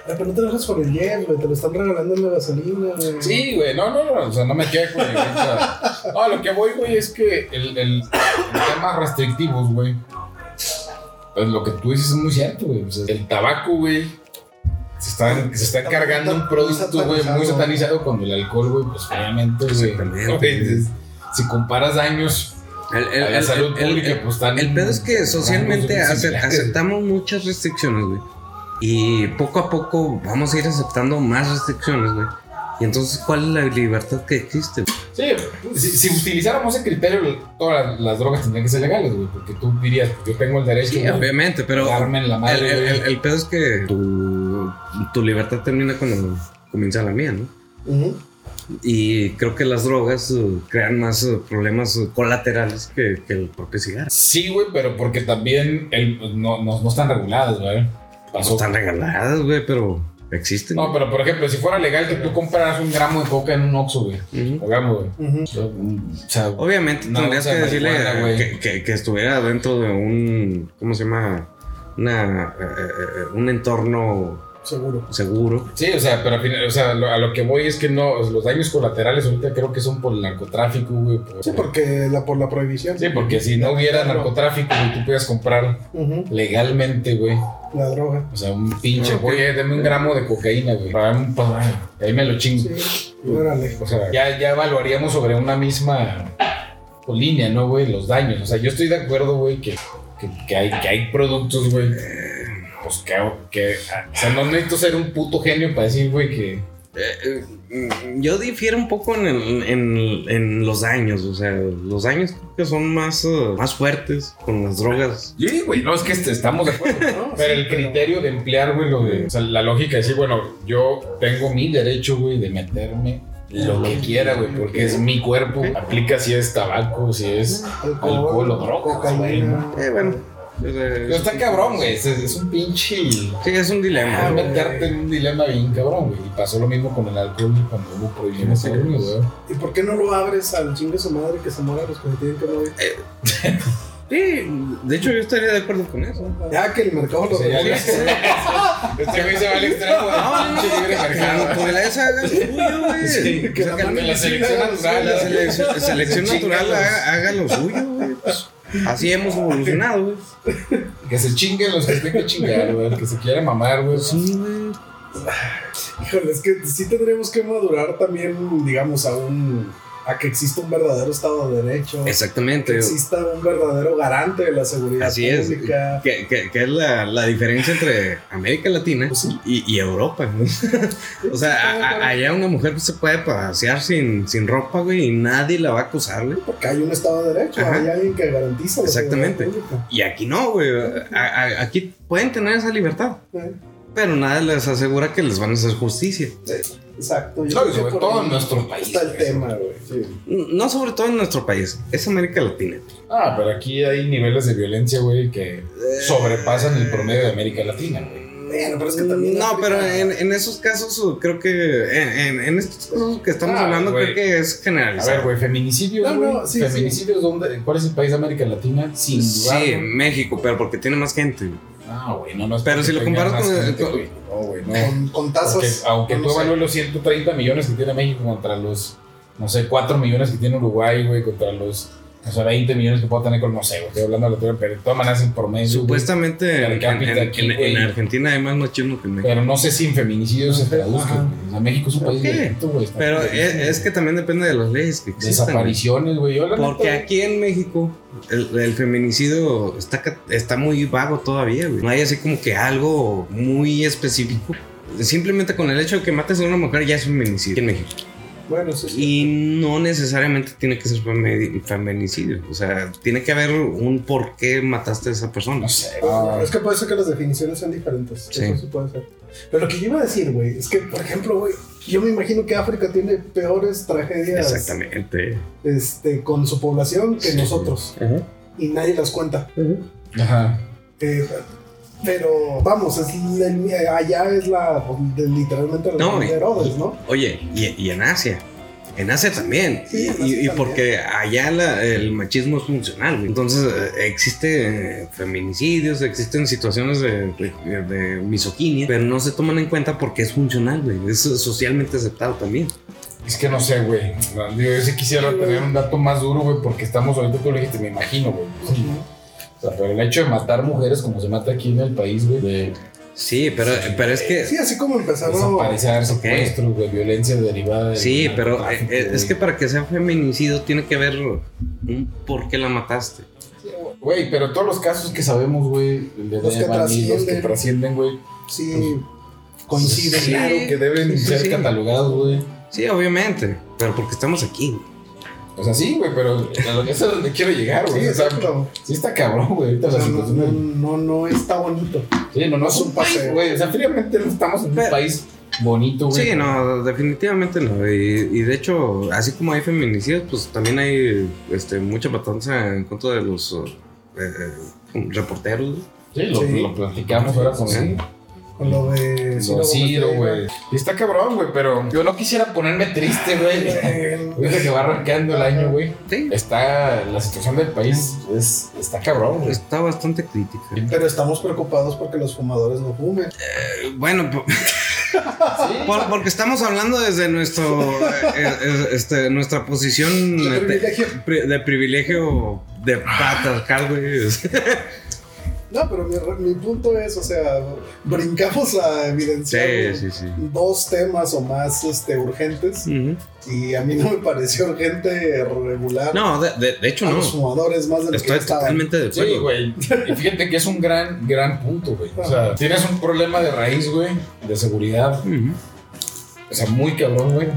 Speaker 3: Pero no te lo dejas por el yen, güey. Te lo están regalando en la gasolina, güey.
Speaker 1: Sí, güey, no, no, no, o sea, no me quejo, güey. o sea, no, a lo que voy, güey, es que el, el, el tema restrictivos, güey. Pues lo que tú dices es muy cierto, güey. o sea, el tabaco, güey. Se está, se está encargando un producto, güey, muy satanizado cuando el alcohol, güey, pues obviamente, güey.
Speaker 4: Exactamente,
Speaker 1: güey,
Speaker 4: güey.
Speaker 1: es- Si comparas daños
Speaker 4: El, el,
Speaker 1: a la
Speaker 4: el-
Speaker 1: salud
Speaker 4: el-
Speaker 1: pública,
Speaker 4: el-
Speaker 1: pues están.
Speaker 4: el pedo es que socialmente
Speaker 1: rangos
Speaker 4: ace-
Speaker 1: similares.
Speaker 4: aceptamos muchas restricciones, güey. Y poco a poco vamos a ir aceptando más restricciones, güey. Y entonces, ¿cuál es la libertad que existe? güey?
Speaker 1: Sí, pues, si, si utilizáramos ese criterio, todas las, las drogas tendrían que ser legales, güey, porque tú dirías, yo tengo el derecho.
Speaker 4: Sí,
Speaker 1: güey,
Speaker 4: obviamente, pero
Speaker 1: Darme en la
Speaker 4: el,
Speaker 1: madre,
Speaker 4: el-
Speaker 1: güey.
Speaker 4: el- el pedo es que tu, tu libertad termina cuando comienza la mía, ¿no?
Speaker 3: Ujú.
Speaker 4: Y creo que las drogas eh, crean más eh, problemas eh, colaterales que, que el propio cigarro.
Speaker 1: Sí, güey, pero porque también el- pues, no, no, no están reguladas, güey.
Speaker 4: No
Speaker 1: Pasó.
Speaker 4: están regaladas, güey, pero existen.
Speaker 1: No, pero por ejemplo, si fuera legal que tú compraras un gramo de coca en un Oxxo, güey.
Speaker 4: Ujú.
Speaker 1: O gramo, güey.
Speaker 3: Ujú.
Speaker 1: O sea,
Speaker 4: Obviamente
Speaker 1: Una
Speaker 4: tendrías que
Speaker 1: bolsa de
Speaker 4: decirle
Speaker 1: marihuana, güey.
Speaker 4: que, que- que estuviera dentro de un, ¿cómo se llama? Una, eh, eh, eh, un entorno
Speaker 3: Seguro.
Speaker 4: seguro.
Speaker 1: sí, o sea, pero al final, o sea, lo- a lo que voy es que no, pues, los daños colaterales ahorita creo que son por el narcotráfico, güey. por-
Speaker 3: Sí, porque la, por la prohibición.
Speaker 1: Sí, porque si no hubiera narcotráfico, güey, tú pudieras comprar
Speaker 3: Ujú.
Speaker 1: legalmente, güey.
Speaker 3: La droga.
Speaker 1: O sea, un pinche,
Speaker 4: Ok.
Speaker 1: güey, dame un gramo de cocaína, güey. Para un pa- Ahí me lo chingo.
Speaker 3: Sí. Órale.
Speaker 1: O sea, ya, ya evaluaríamos sobre una misma pues, línea, ¿no, güey? Los daños. O sea, yo estoy de acuerdo, güey, que, que, que hay, que hay productos, güey.
Speaker 4: Eh,
Speaker 1: Pues que, que. O sea, no necesito ser un puto genio para decir, güey, que.
Speaker 4: Eh, eh, yo difiero un poco en, el- en- en los daños, o sea, los daños creo que son más, eh, más fuertes con las drogas.
Speaker 1: Sí, güey, no, es que este- estamos de acuerdo.
Speaker 3: No,
Speaker 1: Pero
Speaker 3: sí,
Speaker 1: el criterio de emplear, güey, lo de. O sea, la lógica de decir, bueno, yo tengo mi derecho, güey, de meterme lo que quiera, güey, porque es mi cuerpo. Aplica si es tabaco, si es alcohol o drogas, güey.
Speaker 3: cocaína.
Speaker 4: Eh, bueno. es, eh,
Speaker 1: Pero está cabrón, güey. Ah, Es, es un pinche.
Speaker 4: Sí, es un dilema.
Speaker 1: Es
Speaker 4: Ah, güey.
Speaker 1: meterte en un dilema bien cabrón, güey. Y pasó lo mismo con el alcohol cuando hubo prohibición en Estados Unidos, güey.
Speaker 3: ¿Y por qué no lo abres al chingue su madre que se muera los que se tienen que morir?
Speaker 4: Eh. Sí, de hecho yo estaría de acuerdo con eso.
Speaker 3: Ya Ah, que el mercado lo
Speaker 1: Sí, ya
Speaker 3: regule.
Speaker 1: sé. Este güey se va al extremo de Ah, pinche libre mercado.
Speaker 4: Como, como la esa haga lo suyo, güey.
Speaker 3: Sí, que
Speaker 4: O sea,
Speaker 3: la
Speaker 4: que
Speaker 3: mano
Speaker 1: la selección natural,
Speaker 4: la
Speaker 1: la
Speaker 4: selección, selección natural haga, haga lo suyo, güey. Pues, así hemos evolucionado, güey.
Speaker 1: Que se chinguen los que estén que chingar, güey. El que se quiera mamar, güey.
Speaker 4: Sí, güey.
Speaker 3: Híjole, es que sí tendríamos que madurar también, digamos, a un. a que exista un verdadero Estado de Derecho. Que
Speaker 4: Exactamente.
Speaker 3: exista un verdadero garante de la seguridad
Speaker 4: Así es.
Speaker 3: pública.
Speaker 4: Que, que- que es la, la diferencia entre América Latina
Speaker 3: Pues sí.
Speaker 4: y, y Europa, güey. O sea, a- a- allá una mujer pues, se puede pasear sin, sin ropa, güey, y nadie la va a acusar, güey.
Speaker 3: Porque hay un Estado de Derecho,
Speaker 4: Ajá.
Speaker 3: hay alguien que garantiza la
Speaker 4: Exactamente.
Speaker 3: seguridad pública.
Speaker 4: Y aquí no, güey. A- a- Aquí pueden tener esa libertad,
Speaker 3: Eh,
Speaker 4: pero nada les asegura que les van a hacer justicia.
Speaker 3: Exacto. yo
Speaker 1: No,
Speaker 3: creo
Speaker 1: y
Speaker 3: que
Speaker 1: sobre
Speaker 3: por
Speaker 1: todo
Speaker 3: ahí
Speaker 1: en nuestro país,
Speaker 3: Está el
Speaker 1: güey.
Speaker 3: tema, güey. Sí.
Speaker 4: No sobre todo en nuestro país, es América Latina.
Speaker 1: Ah, pero aquí hay niveles de violencia, güey, que sobrepasan el promedio de América Latina, güey.
Speaker 3: Bueno, pero es que también
Speaker 4: no,
Speaker 3: África-
Speaker 4: pero en, en esos casos uh, creo que en, en- en estos casos que estamos
Speaker 1: Ah,
Speaker 4: hablando
Speaker 1: güey.
Speaker 4: creo que es
Speaker 1: A ver,
Speaker 4: generalizado.
Speaker 1: güey, feminicidios,
Speaker 3: No,
Speaker 1: güey.
Speaker 3: no, sí,
Speaker 1: feminicidios, ¿dónde? ¿cuál es el país de América Latina? Sin duda.
Speaker 4: sí,
Speaker 1: güey.
Speaker 4: México, pero porque tiene más gente.
Speaker 1: No, güey, no, no es
Speaker 4: Pero
Speaker 1: porque
Speaker 4: si lo
Speaker 1: tengas
Speaker 4: comparas
Speaker 1: más
Speaker 4: con-
Speaker 1: gente,
Speaker 4: con-
Speaker 1: güey. No, güey, no.
Speaker 3: Con,
Speaker 1: Porque
Speaker 3: con tasas.
Speaker 1: aunque
Speaker 3: no
Speaker 1: tú
Speaker 3: sé.
Speaker 1: evalúes los 130 millones que tiene México contra los, no sé, 4 millones que tiene Uruguay, güey, contra los, o sea, 20 millones que puedo tener con, no sé, güey, estoy hablando de la altura, pero de todas maneras el promedio. güey.
Speaker 4: Supuestamente
Speaker 1: Per
Speaker 4: en,
Speaker 1: cápita
Speaker 4: en-
Speaker 1: aquí,
Speaker 4: en-
Speaker 1: güey.
Speaker 4: en Argentina hay más machismo que en México.
Speaker 1: Pero no sé si en feminicidio se traduzca.
Speaker 3: Ajá.
Speaker 1: güey. O sea, México es un país
Speaker 4: ¿Qué?
Speaker 1: violento, güey. está
Speaker 4: Pero,
Speaker 1: cabrón,
Speaker 4: es,
Speaker 1: güey.
Speaker 4: es que también depende de las leyes que existen. güey.
Speaker 1: Desapariciones, güey. Yo la
Speaker 4: Porque
Speaker 1: neta,
Speaker 4: aquí en México el, el feminicidio está, ca- está muy vago todavía, güey. No hay así como que algo muy específico. Simplemente con el hecho de que mates a una mujer ya es feminicidio aquí en México.
Speaker 3: Bueno, eso sí.
Speaker 4: Y no necesariamente tiene que ser femi- feminicidio. O sea, tiene que haber un por qué mataste a esa persona.
Speaker 1: no sé.
Speaker 3: Ah,
Speaker 1: güey.
Speaker 3: Es que puede ser que las definiciones sean diferentes.
Speaker 4: Sí.
Speaker 3: Eso sí puede ser. Pero lo que yo iba a decir, güey, es que, por ejemplo, güey, yo me imagino que África tiene peores tragedias
Speaker 4: Exactamente.
Speaker 3: este, con su población que
Speaker 4: Sí.
Speaker 3: nosotros.
Speaker 4: Ajá.
Speaker 3: Y nadie las cuenta.
Speaker 1: Ajá.
Speaker 3: Eh, pero vamos, es la- allá es la de- literalmente la
Speaker 4: No,
Speaker 3: de
Speaker 4: y-
Speaker 3: Herodes, ¿no?
Speaker 4: Oye, y, y en Asia. En Asia también.
Speaker 3: sí, en
Speaker 4: y,
Speaker 3: Asia
Speaker 4: y
Speaker 3: también.
Speaker 4: porque allá la- el machismo es funcional, güey. Entonces eh, existe eh, feminicidios, existen situaciones de, de- de misoginia, pero no se toman en cuenta porque es funcional, güey. Es socialmente aceptado también.
Speaker 1: Es que no sé, güey. No, Digo, yo sí quisiera tener un dato más duro, güey, porque estamos ahorita, tú lo dijiste, me imagino, güey. O sea, pero el hecho de matar mujeres como se mata aquí en el país, güey, de
Speaker 4: Sí, pero, pero es que
Speaker 3: Sí, así como empezaron.
Speaker 1: desaparecer, secuestros, güey, violencia derivada de.
Speaker 4: Sí, pero eh, eh, es que para que sea feminicidio tiene que haber un por qué la mataste.
Speaker 1: Güey, pero todos los casos que sabemos, güey, el de
Speaker 3: Los que
Speaker 1: Devani, los que
Speaker 3: trascienden.
Speaker 1: trascienden, güey.
Speaker 4: Pues,
Speaker 3: Sí, coinciden.
Speaker 4: Sí.
Speaker 1: Claro, que deben
Speaker 4: Sí, sí,
Speaker 1: ser
Speaker 4: sí.
Speaker 1: catalogados, güey.
Speaker 4: Sí, obviamente, pero porque estamos aquí.
Speaker 1: O sea, sí, güey, pero eso es a donde quiero llegar,
Speaker 3: Sí,
Speaker 1: güey. O sea,
Speaker 3: exacto.
Speaker 1: Sí está cabrón, güey, ahorita
Speaker 3: O
Speaker 1: la
Speaker 3: sea, no,
Speaker 1: situación.
Speaker 3: no,
Speaker 1: del-
Speaker 3: no, no está bonito.
Speaker 1: Sí, no, no es
Speaker 3: es un
Speaker 1: un paseo,
Speaker 3: país,
Speaker 1: güey. O sea, fríamente no estamos en un
Speaker 4: Pero-
Speaker 1: país bonito, güey.
Speaker 4: Sí, no, definitivamente no. Y, y de hecho, así como hay feminicidios, pues también hay este, mucha matanza en contra de los eh, eh, reporteros.
Speaker 1: Sí, lo,
Speaker 3: Sí.
Speaker 1: lo platicamos ahora con
Speaker 4: Sí.
Speaker 1: él.
Speaker 3: Con lo de.
Speaker 1: Lo Ciro, güey. Y está cabrón, güey, pero yo no quisiera ponerme triste, güey.
Speaker 3: Eh,
Speaker 1: Ahorita que va arrancando el año, güey.
Speaker 4: Sí,
Speaker 1: Está, la situación del país es, está cabrón, güey.
Speaker 4: está bastante crítica.
Speaker 3: Pero estamos preocupados porque los fumadores no fumen.
Speaker 4: Eh, Bueno, po-
Speaker 1: Sí,
Speaker 4: por- porque estamos hablando desde nuestro, eh, eh, este, nuestra posición
Speaker 3: Qué
Speaker 4: eh,
Speaker 3: privilegio.
Speaker 4: pri- de privilegio de patriarcal, güey.
Speaker 3: No, pero mi, mi punto es, o sea, brincamos a evidenciar
Speaker 4: Sí,
Speaker 3: güey,
Speaker 4: sí, sí.
Speaker 3: dos temas o más este, urgentes
Speaker 4: Ujú.
Speaker 3: y a mí no me pareció urgente regular
Speaker 4: No, de, de- de hecho
Speaker 3: a
Speaker 4: no.
Speaker 3: los fumadores más de lo
Speaker 4: Estoy
Speaker 3: que estaban.
Speaker 4: totalmente de acuerdo.
Speaker 1: Sí, güey. Y fíjate que es un gran, gran punto, güey. O sea, tienes un problema de raíz, güey, de seguridad.
Speaker 4: Ujú.
Speaker 1: O sea, muy cabrón, güey,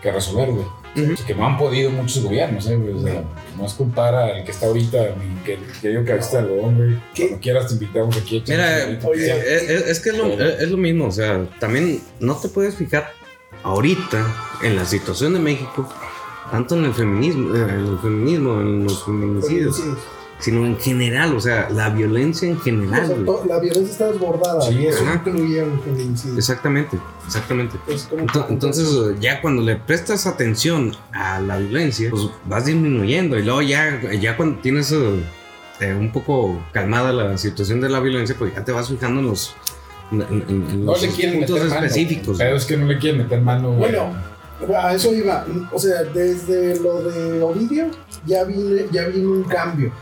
Speaker 1: que resolver, güey.
Speaker 4: Ujú.
Speaker 1: O sea, que no han podido muchos gobiernos, ¿eh, güey? O sea, no es culpar al que está ahorita, mi que- querido cabecita de algodón, güey.
Speaker 3: ¿Qué?
Speaker 1: Cuando quieras te invitamos aquí. echamos
Speaker 4: Mira,
Speaker 1: un cafecito.
Speaker 3: oye,
Speaker 4: Eh, eh, Es, que es lo,
Speaker 1: Pero-
Speaker 4: eh, es lo mismo, o sea, también no te puedes fijar ahorita, en la situación de México, tanto en el feminismo, eh, en el feminismo, en los feminicidios,
Speaker 3: Feminicidios.
Speaker 4: sino en general, o sea, la violencia en
Speaker 3: O
Speaker 4: general.
Speaker 3: sea,
Speaker 4: güey.
Speaker 3: to- la violencia está desbordada.
Speaker 1: Sí,
Speaker 3: y eso
Speaker 4: ajá.
Speaker 3: incluía el feminicidio.
Speaker 4: Exactamente, exactamente.
Speaker 3: Es como-
Speaker 4: Ento- Entonces, eh, ya cuando le prestas atención a la violencia, pues vas disminuyendo. Y luego, ya, ya cuando tienes eh, eh, un poco calmada la situación de la violencia, pues ya te vas fijando en los, en- en- en
Speaker 1: No
Speaker 4: los
Speaker 1: le quieren
Speaker 4: puntos
Speaker 1: meter mano.
Speaker 4: específicos.
Speaker 1: Pero es que no le quieren meter mano. güey.
Speaker 3: Bueno. A eso iba. O sea, desde lo de Ovidio ya vine, ya vino un cambio.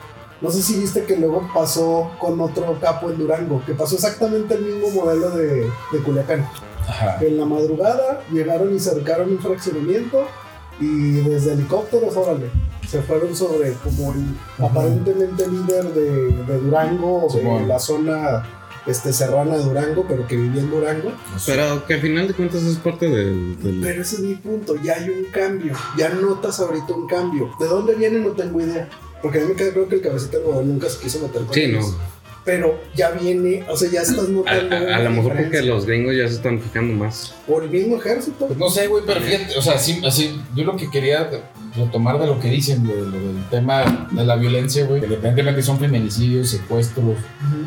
Speaker 3: No sé si viste que luego pasó con otro capo en Durango, que pasó exactamente el mismo modelo de, de Culiacán.
Speaker 1: Ajá.
Speaker 3: En la madrugada llegaron y cercaron un fraccionamiento y desde helicópteros, órale, se fueron sobre como el aparentemente líder de, de Durango, o de
Speaker 1: Simón.
Speaker 3: la zona este, serrana de Durango, pero que vivía en Durango.
Speaker 4: Pero que al final de cuentas es parte del. del-
Speaker 3: Pero ese es mi punto, ya hay un cambio, ya notas ahorita un cambio. ¿De dónde viene? No tengo idea. Porque a mí me queda claro que el cabecita de algodón nunca se quiso meter con
Speaker 4: Sí, no.
Speaker 1: pues,
Speaker 3: ellos. Pero ya viene, o sea, ya estás
Speaker 4: A,
Speaker 3: notando.
Speaker 4: a- a
Speaker 3: una
Speaker 4: lo mejor
Speaker 3: diferencia.
Speaker 4: porque los gringos ya se están fijando más.
Speaker 3: Por el mismo ejército.
Speaker 1: Pues no sé, güey, pero fíjate, o sea, sí, así, yo lo que quería retomar de lo que dicen, güey, lo del tema de la violencia, güey, independientemente son feminicidios, secuestros,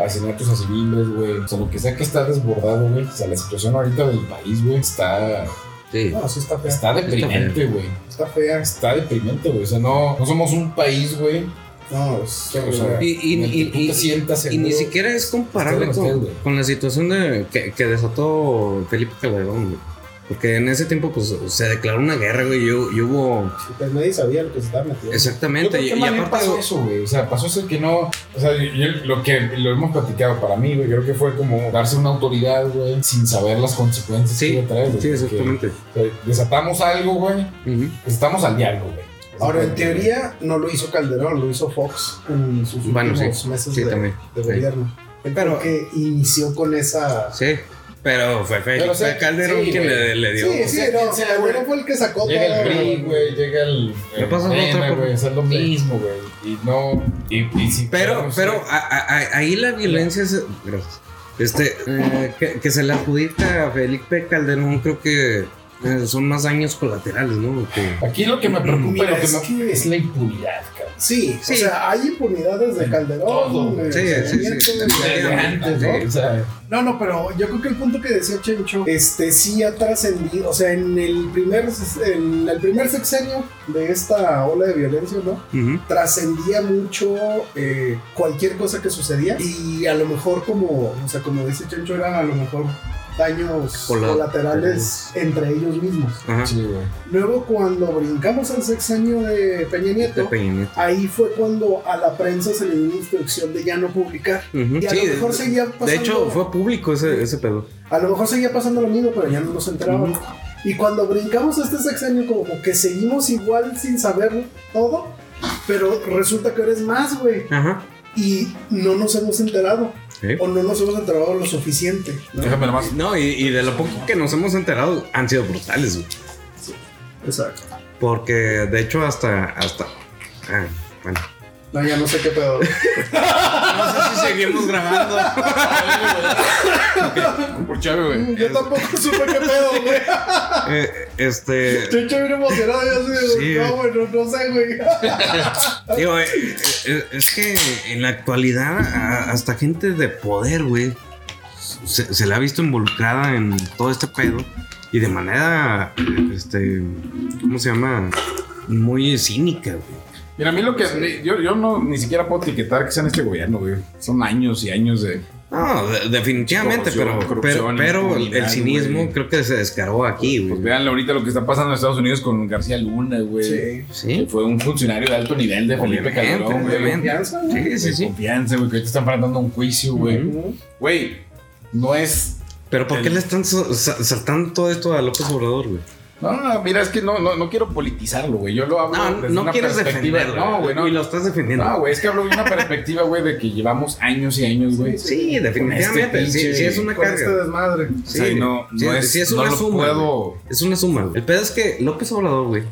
Speaker 1: asesinatos a civiles, güey, o sea, lo que sea que está desbordado, güey, o sea, la situación ahorita del país, güey, está,
Speaker 4: Sí.
Speaker 3: No, sí está fea.
Speaker 1: está deprimente, güey,
Speaker 3: Está fea.
Speaker 1: está deprimente, güey, o sea, no, no somos un país, güey,
Speaker 3: No, es
Speaker 1: o sea,
Speaker 4: Y- y-
Speaker 1: en el que
Speaker 4: y-
Speaker 1: tú
Speaker 4: y-
Speaker 1: te sientas
Speaker 4: Y ni
Speaker 1: seguro.
Speaker 4: siquiera es comparable
Speaker 1: Estoy con
Speaker 4: con,
Speaker 1: usted, güey.
Speaker 4: con la situación de, que, que desató Felipe Calderón, güey. Porque en ese tiempo, pues, se declaró una guerra, güey, y, hu- y hubo...
Speaker 3: pues nadie sabía lo que se estaba metiendo.
Speaker 1: Yo creo
Speaker 4: Exactamente,
Speaker 1: que
Speaker 4: y, y
Speaker 1: más bien
Speaker 4: aparte...
Speaker 1: pasó eso, güey. O sea, pasó eso que no. O sea, yo- yo- lo que lo hemos platicado para mí, güey. Creo que fue como darse una autoridad, güey, sin saber las consecuencias
Speaker 4: Sí,
Speaker 1: que iba a traer, güey,
Speaker 4: Sí,
Speaker 1: porque,
Speaker 4: exactamente.
Speaker 1: o sea, desatamos algo, güey.
Speaker 4: Ujú.
Speaker 1: Desatamos al diablo, güey.
Speaker 3: Ahora, en teoría, no lo hizo Calderón, lo hizo Fox en sus
Speaker 4: Bueno,
Speaker 3: últimos
Speaker 4: sí.
Speaker 3: meses
Speaker 4: Sí,
Speaker 3: de,
Speaker 4: también.
Speaker 3: de
Speaker 4: Sí.
Speaker 3: gobierno.
Speaker 4: Pero-
Speaker 3: Pero que inició con esa.
Speaker 4: Sí, pero fue Felipe
Speaker 1: Pero, o sea,
Speaker 4: Calderón
Speaker 1: sí,
Speaker 4: quien
Speaker 1: güey.
Speaker 4: le, le dio...
Speaker 3: Sí, sí,
Speaker 1: sea,
Speaker 3: no,
Speaker 1: quien sea, güey.
Speaker 3: Calderón fue el que sacó
Speaker 1: Llega el
Speaker 3: todo.
Speaker 1: PRI, güey, llega el.
Speaker 4: Le pasa otra
Speaker 1: Morena,
Speaker 4: por-
Speaker 1: güey, o sea, es lo
Speaker 4: Sí.
Speaker 1: mismo, güey. Y no. Y, y si-
Speaker 4: Pero,
Speaker 1: no sé.
Speaker 4: pero a- a- a- ahí la violencia se- gracias. Este, eh, que, que se le adjudica a Felipe Calderón, creo que eh, son más daños colaterales, ¿no? Que-
Speaker 1: Aquí lo que me preocupa
Speaker 3: Mira,
Speaker 1: lo que
Speaker 3: es
Speaker 1: me-
Speaker 3: que-
Speaker 1: es la impunidad, cabrón.
Speaker 3: Sí,
Speaker 4: Sí.
Speaker 3: o sea, hay impunidades de Calderón.
Speaker 1: Todo.
Speaker 3: güey,
Speaker 4: Sí,
Speaker 3: de
Speaker 4: sí, sí,
Speaker 3: Nieto,
Speaker 4: sí.
Speaker 3: de-
Speaker 1: Desde antes,
Speaker 3: ¿no?
Speaker 1: güey, o sea,
Speaker 3: No, no, pero yo creo que el punto que decía Chencho, este sí ha trascendido, o sea, en el primer en el primer sexenio de esta ola de violencia, ¿no?
Speaker 4: Ujú.
Speaker 3: trascendía mucho eh, cualquier cosa que sucedía y a lo mejor como o sea como dice Chencho eran a lo mejor daños
Speaker 4: Cola-
Speaker 3: colaterales entre ellos mismos
Speaker 4: Ajá.
Speaker 1: sí, güey.
Speaker 3: luego cuando brincamos al sexenio de Peña
Speaker 4: De
Speaker 3: Nieto
Speaker 4: Peña Nieto.
Speaker 3: ahí fue cuando a la prensa se le dio una instrucción de ya no publicar
Speaker 4: Ujú.
Speaker 3: y a
Speaker 4: Mm, Sí,
Speaker 3: lo mejor
Speaker 4: de-
Speaker 3: seguía pasando
Speaker 4: De hecho, fue público ese, ese pedo.
Speaker 3: a lo mejor seguía pasando lo mismo pero ya no nos enteraban
Speaker 4: Mm.
Speaker 3: y cuando brincamos a este sexenio como que seguimos igual sin saber todo pero resulta que ahora es más güey
Speaker 4: Ajá.
Speaker 3: y no nos hemos enterado
Speaker 4: Sí.
Speaker 3: o no nos hemos enterado lo suficiente. ¿no?
Speaker 2: Déjame nomás.
Speaker 4: No, y, y de lo poco que nos hemos enterado han sido brutales, güey.
Speaker 3: Exacto.
Speaker 4: Porque de hecho hasta... hasta ah, bueno.
Speaker 3: No, ya no sé qué pedo.
Speaker 4: No sé si seguimos grabando.
Speaker 2: Por chave, güey.
Speaker 3: Yo tampoco supe qué pedo, güey.
Speaker 4: Eh, este...
Speaker 3: Estoy hecho bien emocionado. Yo así de,
Speaker 4: Sí,
Speaker 3: no, güey, no, no sé, güey.
Speaker 4: Digo, eh, eh, es que en la actualidad a- hasta gente de poder, güey, se, se la ha visto involucrada en todo este pedo y de manera, este, ¿cómo se llama? Muy cínica, güey.
Speaker 2: Mira, a mí lo que.
Speaker 4: Pues
Speaker 2: Yo, yo no, ni siquiera puedo etiquetar que sea en este gobierno, güey. Son años y años de.
Speaker 4: No, de- definitivamente,
Speaker 2: Corrupción,
Speaker 4: pero, pero,
Speaker 2: corrupción,
Speaker 4: pero el
Speaker 2: impunidad,
Speaker 4: cinismo
Speaker 2: güey.
Speaker 4: creo que se descaró aquí, güey.
Speaker 2: Pues vean ahorita lo que está pasando en Estados Unidos con García Luna, güey.
Speaker 3: Sí.
Speaker 2: Que
Speaker 4: sí,
Speaker 2: Fue un funcionario de alto nivel de Felipe
Speaker 4: Obviamente,
Speaker 2: Calderón, güey.
Speaker 4: obviamente.
Speaker 3: Confianza, ¿no?
Speaker 4: Sí, sí,
Speaker 2: De
Speaker 4: sí.
Speaker 2: confianza, güey, que ahorita están enfrentando un juicio, güey.
Speaker 3: Ujú.
Speaker 2: Güey, no es.
Speaker 4: Pero ¿por qué
Speaker 2: El-
Speaker 4: le están so- sa- saltando todo esto a López Obrador, güey?
Speaker 2: No, no, mira, es que no, no, no quiero politizarlo, güey. Yo lo hablo
Speaker 4: No,
Speaker 2: desde
Speaker 4: no
Speaker 2: una
Speaker 4: quieres
Speaker 2: perspectiva.
Speaker 4: defenderlo.
Speaker 2: No, güey, no.
Speaker 4: Y lo estás defendiendo.
Speaker 2: No, güey, es que hablo de una perspectiva, güey, de que llevamos años y años, güey.
Speaker 4: sí, definitivamente.
Speaker 2: Con este
Speaker 4: sí,
Speaker 2: pinche-
Speaker 4: sí es una
Speaker 3: Con
Speaker 4: carga.
Speaker 3: este desmadre.
Speaker 2: O sea, y no,
Speaker 4: sí,
Speaker 2: no es,
Speaker 4: sí es
Speaker 2: no
Speaker 4: una
Speaker 2: lo
Speaker 4: suma,
Speaker 2: puedo.
Speaker 4: Es una suma. güey. El pedo es que López Obrador, güey,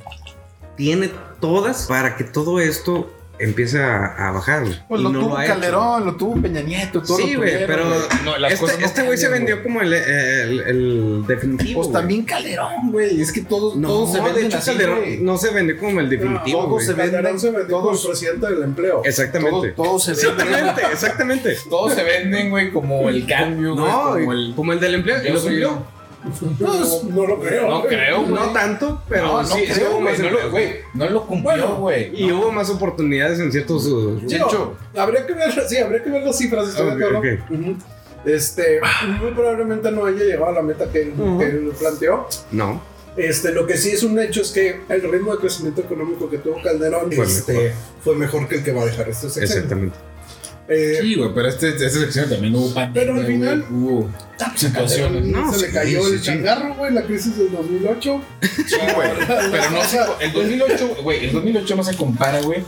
Speaker 4: tiene todas para que todo esto empieza a, a bajar. güey.
Speaker 2: Pues
Speaker 4: Y
Speaker 2: lo
Speaker 4: no
Speaker 2: tuvo
Speaker 4: ha hecho.
Speaker 2: Calderón, lo tuvo Peña Nieto, todo
Speaker 4: Sí,
Speaker 2: lo
Speaker 4: güey,
Speaker 2: tuvieron,
Speaker 4: pero
Speaker 1: No, las
Speaker 4: este
Speaker 1: cosas no
Speaker 4: este güey se
Speaker 1: cambian,
Speaker 4: vendió como el, eh, el- el definitivo.
Speaker 2: Pues
Speaker 4: güey.
Speaker 2: también Calderón, güey. Es que todos,
Speaker 4: No,
Speaker 2: todos se
Speaker 4: de
Speaker 2: venden
Speaker 4: hecho,
Speaker 2: así,
Speaker 4: Calderón
Speaker 2: güey.
Speaker 4: no se vendió como el definitivo.
Speaker 2: No,
Speaker 4: güey.
Speaker 2: se venden
Speaker 3: Calderón se vendió como
Speaker 2: todos-
Speaker 3: presidente del empleo.
Speaker 2: Todos,
Speaker 4: Exactamente.
Speaker 2: todos se venden.
Speaker 4: Exactamente, exactamente.
Speaker 1: Todos se venden, güey, como el cambio, güey.
Speaker 4: No,
Speaker 1: como
Speaker 4: y-
Speaker 1: el.
Speaker 4: como el del empleo. y
Speaker 1: Yo
Speaker 4: lo
Speaker 1: soy-
Speaker 4: vendió.
Speaker 3: No, no lo creo.
Speaker 1: No creo, güey.
Speaker 4: No tanto, pero
Speaker 1: no, no
Speaker 4: sí, sí
Speaker 1: creo,
Speaker 4: hubo
Speaker 1: güey.
Speaker 4: más
Speaker 1: No, lo-
Speaker 4: empleo.
Speaker 1: güey, no lo cumplió,
Speaker 3: Bueno,
Speaker 1: güey.
Speaker 4: Y hubo más oportunidades en ciertos. uh,
Speaker 3: Sí,
Speaker 2: Chencho.
Speaker 3: no, habría que ver, sí, habría que ver las cifras, estoy de
Speaker 4: Ok,
Speaker 3: acuerdo.
Speaker 4: ok.
Speaker 3: Ujú. Este, muy probablemente no haya llegado a la meta que él,
Speaker 4: Ujú.
Speaker 3: que él planteó.
Speaker 4: No.
Speaker 3: Este, lo que sí es un hecho es que el ritmo de crecimiento económico que tuvo Calderón
Speaker 4: Fue
Speaker 3: este,
Speaker 4: mejor.
Speaker 3: fue mejor que el que va a dejar este sexenio.
Speaker 4: Exactamente.
Speaker 3: Eh,
Speaker 2: Sí, güey, pero este, esta sección también hubo pandemia,
Speaker 3: Pero al final-
Speaker 2: güey, hubo situaciones.
Speaker 3: Calderón
Speaker 4: No,
Speaker 3: se
Speaker 4: sí,
Speaker 3: le cayó
Speaker 4: sí,
Speaker 3: el
Speaker 4: sí.
Speaker 3: changarro, güey, la crisis del 2008.
Speaker 1: Sí, güey. Pero no se. El 2008, güey, el 2008 no se compara, güey,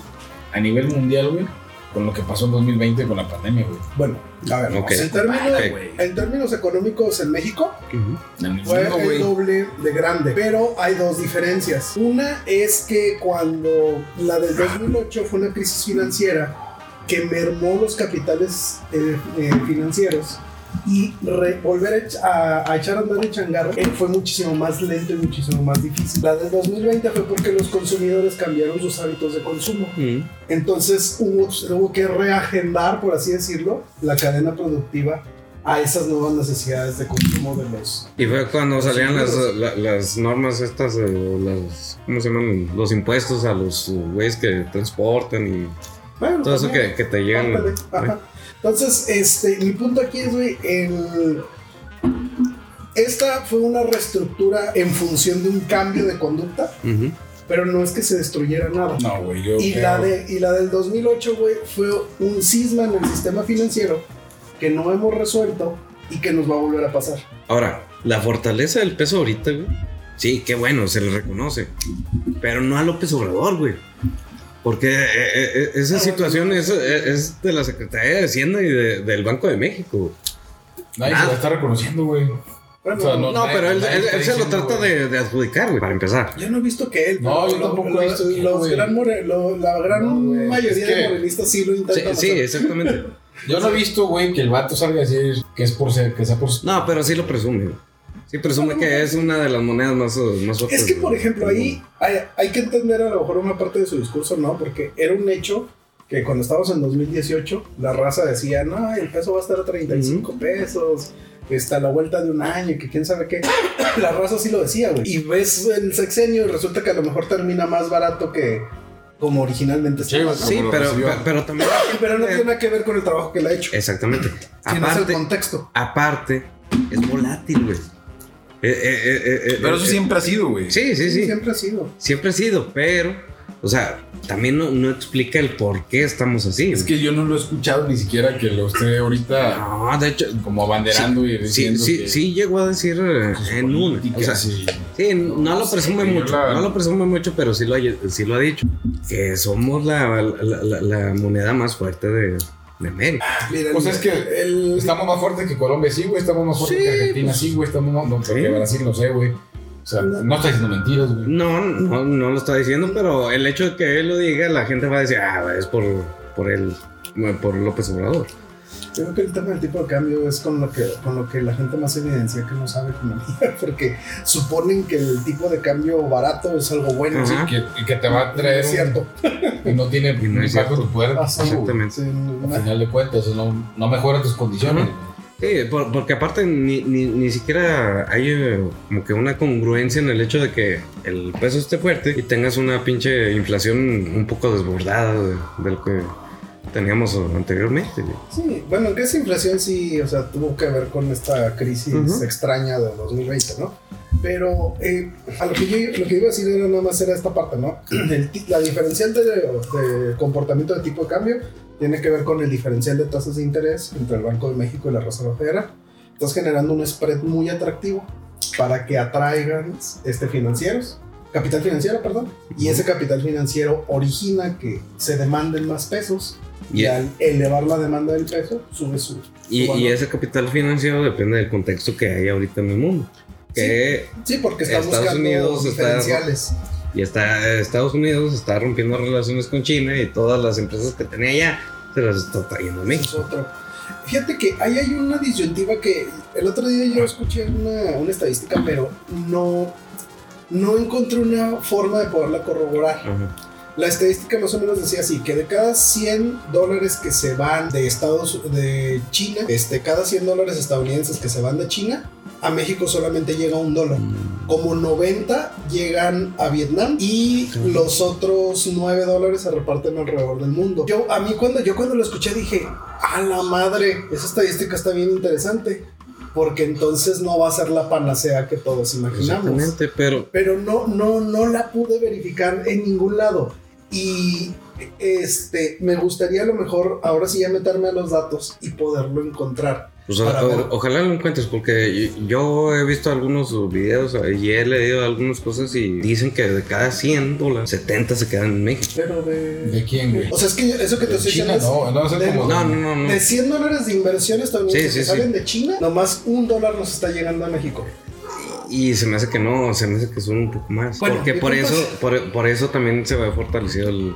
Speaker 1: a nivel mundial, güey, con lo que pasó en 2020 con la pandemia, güey.
Speaker 3: Bueno, a ver,
Speaker 4: Ok.
Speaker 3: en, términos,
Speaker 4: Ok.
Speaker 3: en términos económicos en México,
Speaker 4: Ujú.
Speaker 1: En el
Speaker 3: Fue
Speaker 1: mundo,
Speaker 3: el
Speaker 1: güey.
Speaker 3: doble de grande, pero hay dos diferencias. Una es que cuando la del 2008 fue una crisis financiera que mermó los capitales eh, eh, financieros y re- volver a ech- a, a echar a andar el changarro eh, fue muchísimo más lento y muchísimo más difícil. La del 2020 fue porque los consumidores cambiaron sus hábitos de consumo.
Speaker 4: Ujú.
Speaker 3: Entonces hubo, hubo que reagendar, por así decirlo, la cadena productiva a esas nuevas necesidades de consumo de los
Speaker 4: Y fue cuando salían las, la- las normas estas, eh, o las, ¿cómo se llaman? Los impuestos a los eh, güeyes que transportan y
Speaker 3: Bueno,
Speaker 4: todo eso
Speaker 3: también,
Speaker 4: que, que te llegan.
Speaker 3: ándale,
Speaker 4: güey.
Speaker 3: ajá. Entonces, este, mi punto aquí es, güey, el- Esta fue una reestructura en función de un cambio de conducta,
Speaker 4: Ujú.
Speaker 3: pero no es que se destruyera nada.
Speaker 1: No, güey, yo.
Speaker 3: Y,
Speaker 1: creo-
Speaker 3: la de, y la del 2008, güey, fue un cisma en el sistema financiero que no hemos resuelto y que nos va a volver a pasar.
Speaker 4: Ahora, la fortaleza del peso ahorita, güey. Sí, qué bueno, se le reconoce. Pero no a López Obrador, güey. Porque eh, eh, eh, esa
Speaker 3: Ah, bueno.
Speaker 4: situación es, eh, es de la Secretaría de Hacienda y de- del Banco de México.
Speaker 1: Nadie se la está reconociendo, güey.
Speaker 3: Bueno,
Speaker 1: O sea, no-
Speaker 4: No, pero él,
Speaker 1: nadie
Speaker 4: él-
Speaker 1: está
Speaker 4: él se lo
Speaker 1: diciendo,
Speaker 4: trata
Speaker 1: güey.
Speaker 4: de, de adjudicar, güey, para empezar.
Speaker 3: yo no he visto que él.
Speaker 1: No,
Speaker 3: pero
Speaker 1: yo
Speaker 3: lo-
Speaker 1: tampoco he
Speaker 3: lo-
Speaker 1: visto que él,
Speaker 3: los
Speaker 1: güey.
Speaker 3: gran more- lo- La gran
Speaker 1: No, güey,
Speaker 3: mayoría
Speaker 1: es que-
Speaker 3: de morenistas sí lo
Speaker 4: Sí,
Speaker 3: intentan.
Speaker 4: sí,
Speaker 3: hacer.
Speaker 4: exactamente.
Speaker 1: Yo no he visto, güey, que el vato salga a decir que es por ser, que sea por su-
Speaker 4: No, pero sí lo presume. güey. Sí presume que es una de las monedas más, eh, más fuertes.
Speaker 3: Es que, por
Speaker 4: güey.
Speaker 3: ejemplo, ahí hay, hay que entender a lo mejor una parte de su discurso, ¿no? Porque era un hecho que cuando estábamos en 2018, la raza decía, no, el peso va a estar a 35 pesos, está a la vuelta de un año, que quién sabe qué. la raza sí lo decía, güey. Y ves el sexenio y resulta que a lo mejor termina más barato que como originalmente
Speaker 1: Sí,
Speaker 3: estaba.
Speaker 1: güey.
Speaker 4: Sí,
Speaker 2: Como lo
Speaker 4: pero,
Speaker 2: recibió.
Speaker 4: pero, pero también.
Speaker 3: Pero no tiene nada que ver con el trabajo que le ha hecho,
Speaker 4: Exactamente.
Speaker 3: sino es el
Speaker 4: Aparte,
Speaker 3: contexto.
Speaker 4: aparte, es volátil, güey. Eh, eh, eh, eh, eh,
Speaker 2: Pero eso
Speaker 4: eh,
Speaker 2: siempre ha sido, güey.
Speaker 4: Sí, sí, sí.
Speaker 3: Siempre ha sido.
Speaker 4: Siempre ha sido, pero, o sea, también no, no explica el por qué estamos así.
Speaker 1: Es que yo no lo he escuchado ni siquiera que lo esté ahorita
Speaker 4: no, de hecho,
Speaker 1: como abanderando y
Speaker 4: sí,
Speaker 1: diciendo.
Speaker 4: sí,
Speaker 1: que
Speaker 4: sí llegó a decir eh,
Speaker 1: sus
Speaker 4: en una.
Speaker 1: políticas
Speaker 4: O sea,
Speaker 1: y-
Speaker 4: sí, no lo presume
Speaker 2: sí, yo
Speaker 4: mucho,
Speaker 2: la-
Speaker 4: no lo presume mucho, pero sí lo, ha- sí lo ha dicho. Que somos la, la- la- la moneda más fuerte de, de América.
Speaker 3: Mira,
Speaker 1: Pues es que
Speaker 3: el-
Speaker 1: Estamos más fuertes que Colombia, sí, güey. Estamos más fuertes
Speaker 4: Sí,
Speaker 1: que Argentina,
Speaker 4: pues.
Speaker 1: sí, güey. Estamos más. No,
Speaker 4: Sí.
Speaker 1: Que Brasil, no sé, güey. O sea,
Speaker 3: No.
Speaker 1: no está diciendo mentiras, güey.
Speaker 4: No, no, no lo está diciendo, pero el hecho de que él lo diga, la gente va a decir, ah, es por, por él, por López Obrador.
Speaker 3: Yo creo que el tema del tipo de cambio es con lo que, con lo que la gente más evidencia que no sabe economía, porque suponen que el tipo de cambio barato es algo bueno.
Speaker 4: Ajá.
Speaker 1: Sí, que, y que te va a traer.
Speaker 3: Ah. es
Speaker 1: un-
Speaker 3: cierto.
Speaker 1: y no tiene
Speaker 4: Y no
Speaker 1: impacto en
Speaker 4: es cierto.
Speaker 1: tu poder.
Speaker 3: Ah, sí, güey.
Speaker 4: Exactamente.
Speaker 3: Sí, no,
Speaker 1: Al
Speaker 3: no.
Speaker 1: final de cuentas, no, no mejora tus condiciones.
Speaker 4: Sí, por- porque aparte ni, ni, ni siquiera hay eh, como que una congruencia en el hecho de que el peso esté fuerte y tengas una pinche inflación un poco desbordada de, de lo que teníamos anteriormente. güey.
Speaker 3: Sí, bueno, que esa inflación sí, o sea, tuvo que ver con esta crisis
Speaker 4: Ujú.
Speaker 3: extraña de 2020, ¿no? Pero eh, a lo que yo lo que iba a decir era nada más era esta parte, ¿no? Del ti- la diferencial de, de comportamiento de tipo de cambio tiene que ver con el diferencial de tasas de interés entre el Banco de México y la Reserva Federal. Estás generando un spread muy atractivo para que atraigan este financieros, capital financiero, perdón, y ese capital financiero origina que se demanden más pesos y
Speaker 4: Y,
Speaker 3: al elevar la demanda del peso, sube su.
Speaker 4: y-
Speaker 3: su valor.
Speaker 4: y ese capital financiero depende del contexto que hay ahorita en el mundo. Que
Speaker 3: Sí, porque está
Speaker 4: Estados
Speaker 3: buscando
Speaker 4: Unidos está-
Speaker 3: diferenciales.
Speaker 4: Y está, Estados Unidos está rompiendo relaciones con China y todas las empresas que tenía allá se las está trayendo a
Speaker 3: es
Speaker 4: México.
Speaker 3: otro. Fíjate que ahí hay una disyuntiva que el otro día yo escuché una, una estadística, pero no, no encontré una forma de poderla corroborar.
Speaker 4: Ajá.
Speaker 3: La estadística más o menos decía así, que de cada 100 dólares que se van de Estados de China, este, cada 100 dólares estadounidenses que se van de China, a México solamente llega un dólar.
Speaker 4: Mm,
Speaker 3: Como 90 llegan a Vietnam y los otros 9 dólares se reparten alrededor del mundo. Yo, a mí cuando, yo cuando lo escuché dije, a la madre, esa estadística está bien interesante, porque entonces no va a ser la panacea que todos imaginamos
Speaker 4: Exactamente, pero
Speaker 3: pero no, no, no la pude verificar en ningún lado. Y este, me gustaría a lo mejor ahora sí ya meterme a los datos y poderlo encontrar.
Speaker 4: Pues
Speaker 3: Para
Speaker 4: o-
Speaker 3: ver.
Speaker 4: ojalá lo encuentres porque yo he visto algunos videos y he leído algunas cosas y dicen que de cada 100 dólares, 70 se quedan en México.
Speaker 3: Pero de.
Speaker 1: ¿De quién, güey?
Speaker 3: O sea, es que eso que te
Speaker 1: ¿De
Speaker 3: estoy
Speaker 1: China?
Speaker 3: diciendo es-
Speaker 1: No, no, eso es
Speaker 3: de-
Speaker 1: como...
Speaker 4: No, no, no, no.
Speaker 3: de 100 dólares de inversión estadounidense
Speaker 4: Sí, sí,
Speaker 3: que
Speaker 4: sí.
Speaker 3: salen de China, nomás un dólar nos está llegando a México.
Speaker 4: Y se me hace que no, se me hace que son un poco más.
Speaker 3: Bueno,
Speaker 4: porque por
Speaker 3: mi punto
Speaker 4: eso,
Speaker 3: es-
Speaker 4: por, por eso también se ve fortalecido el,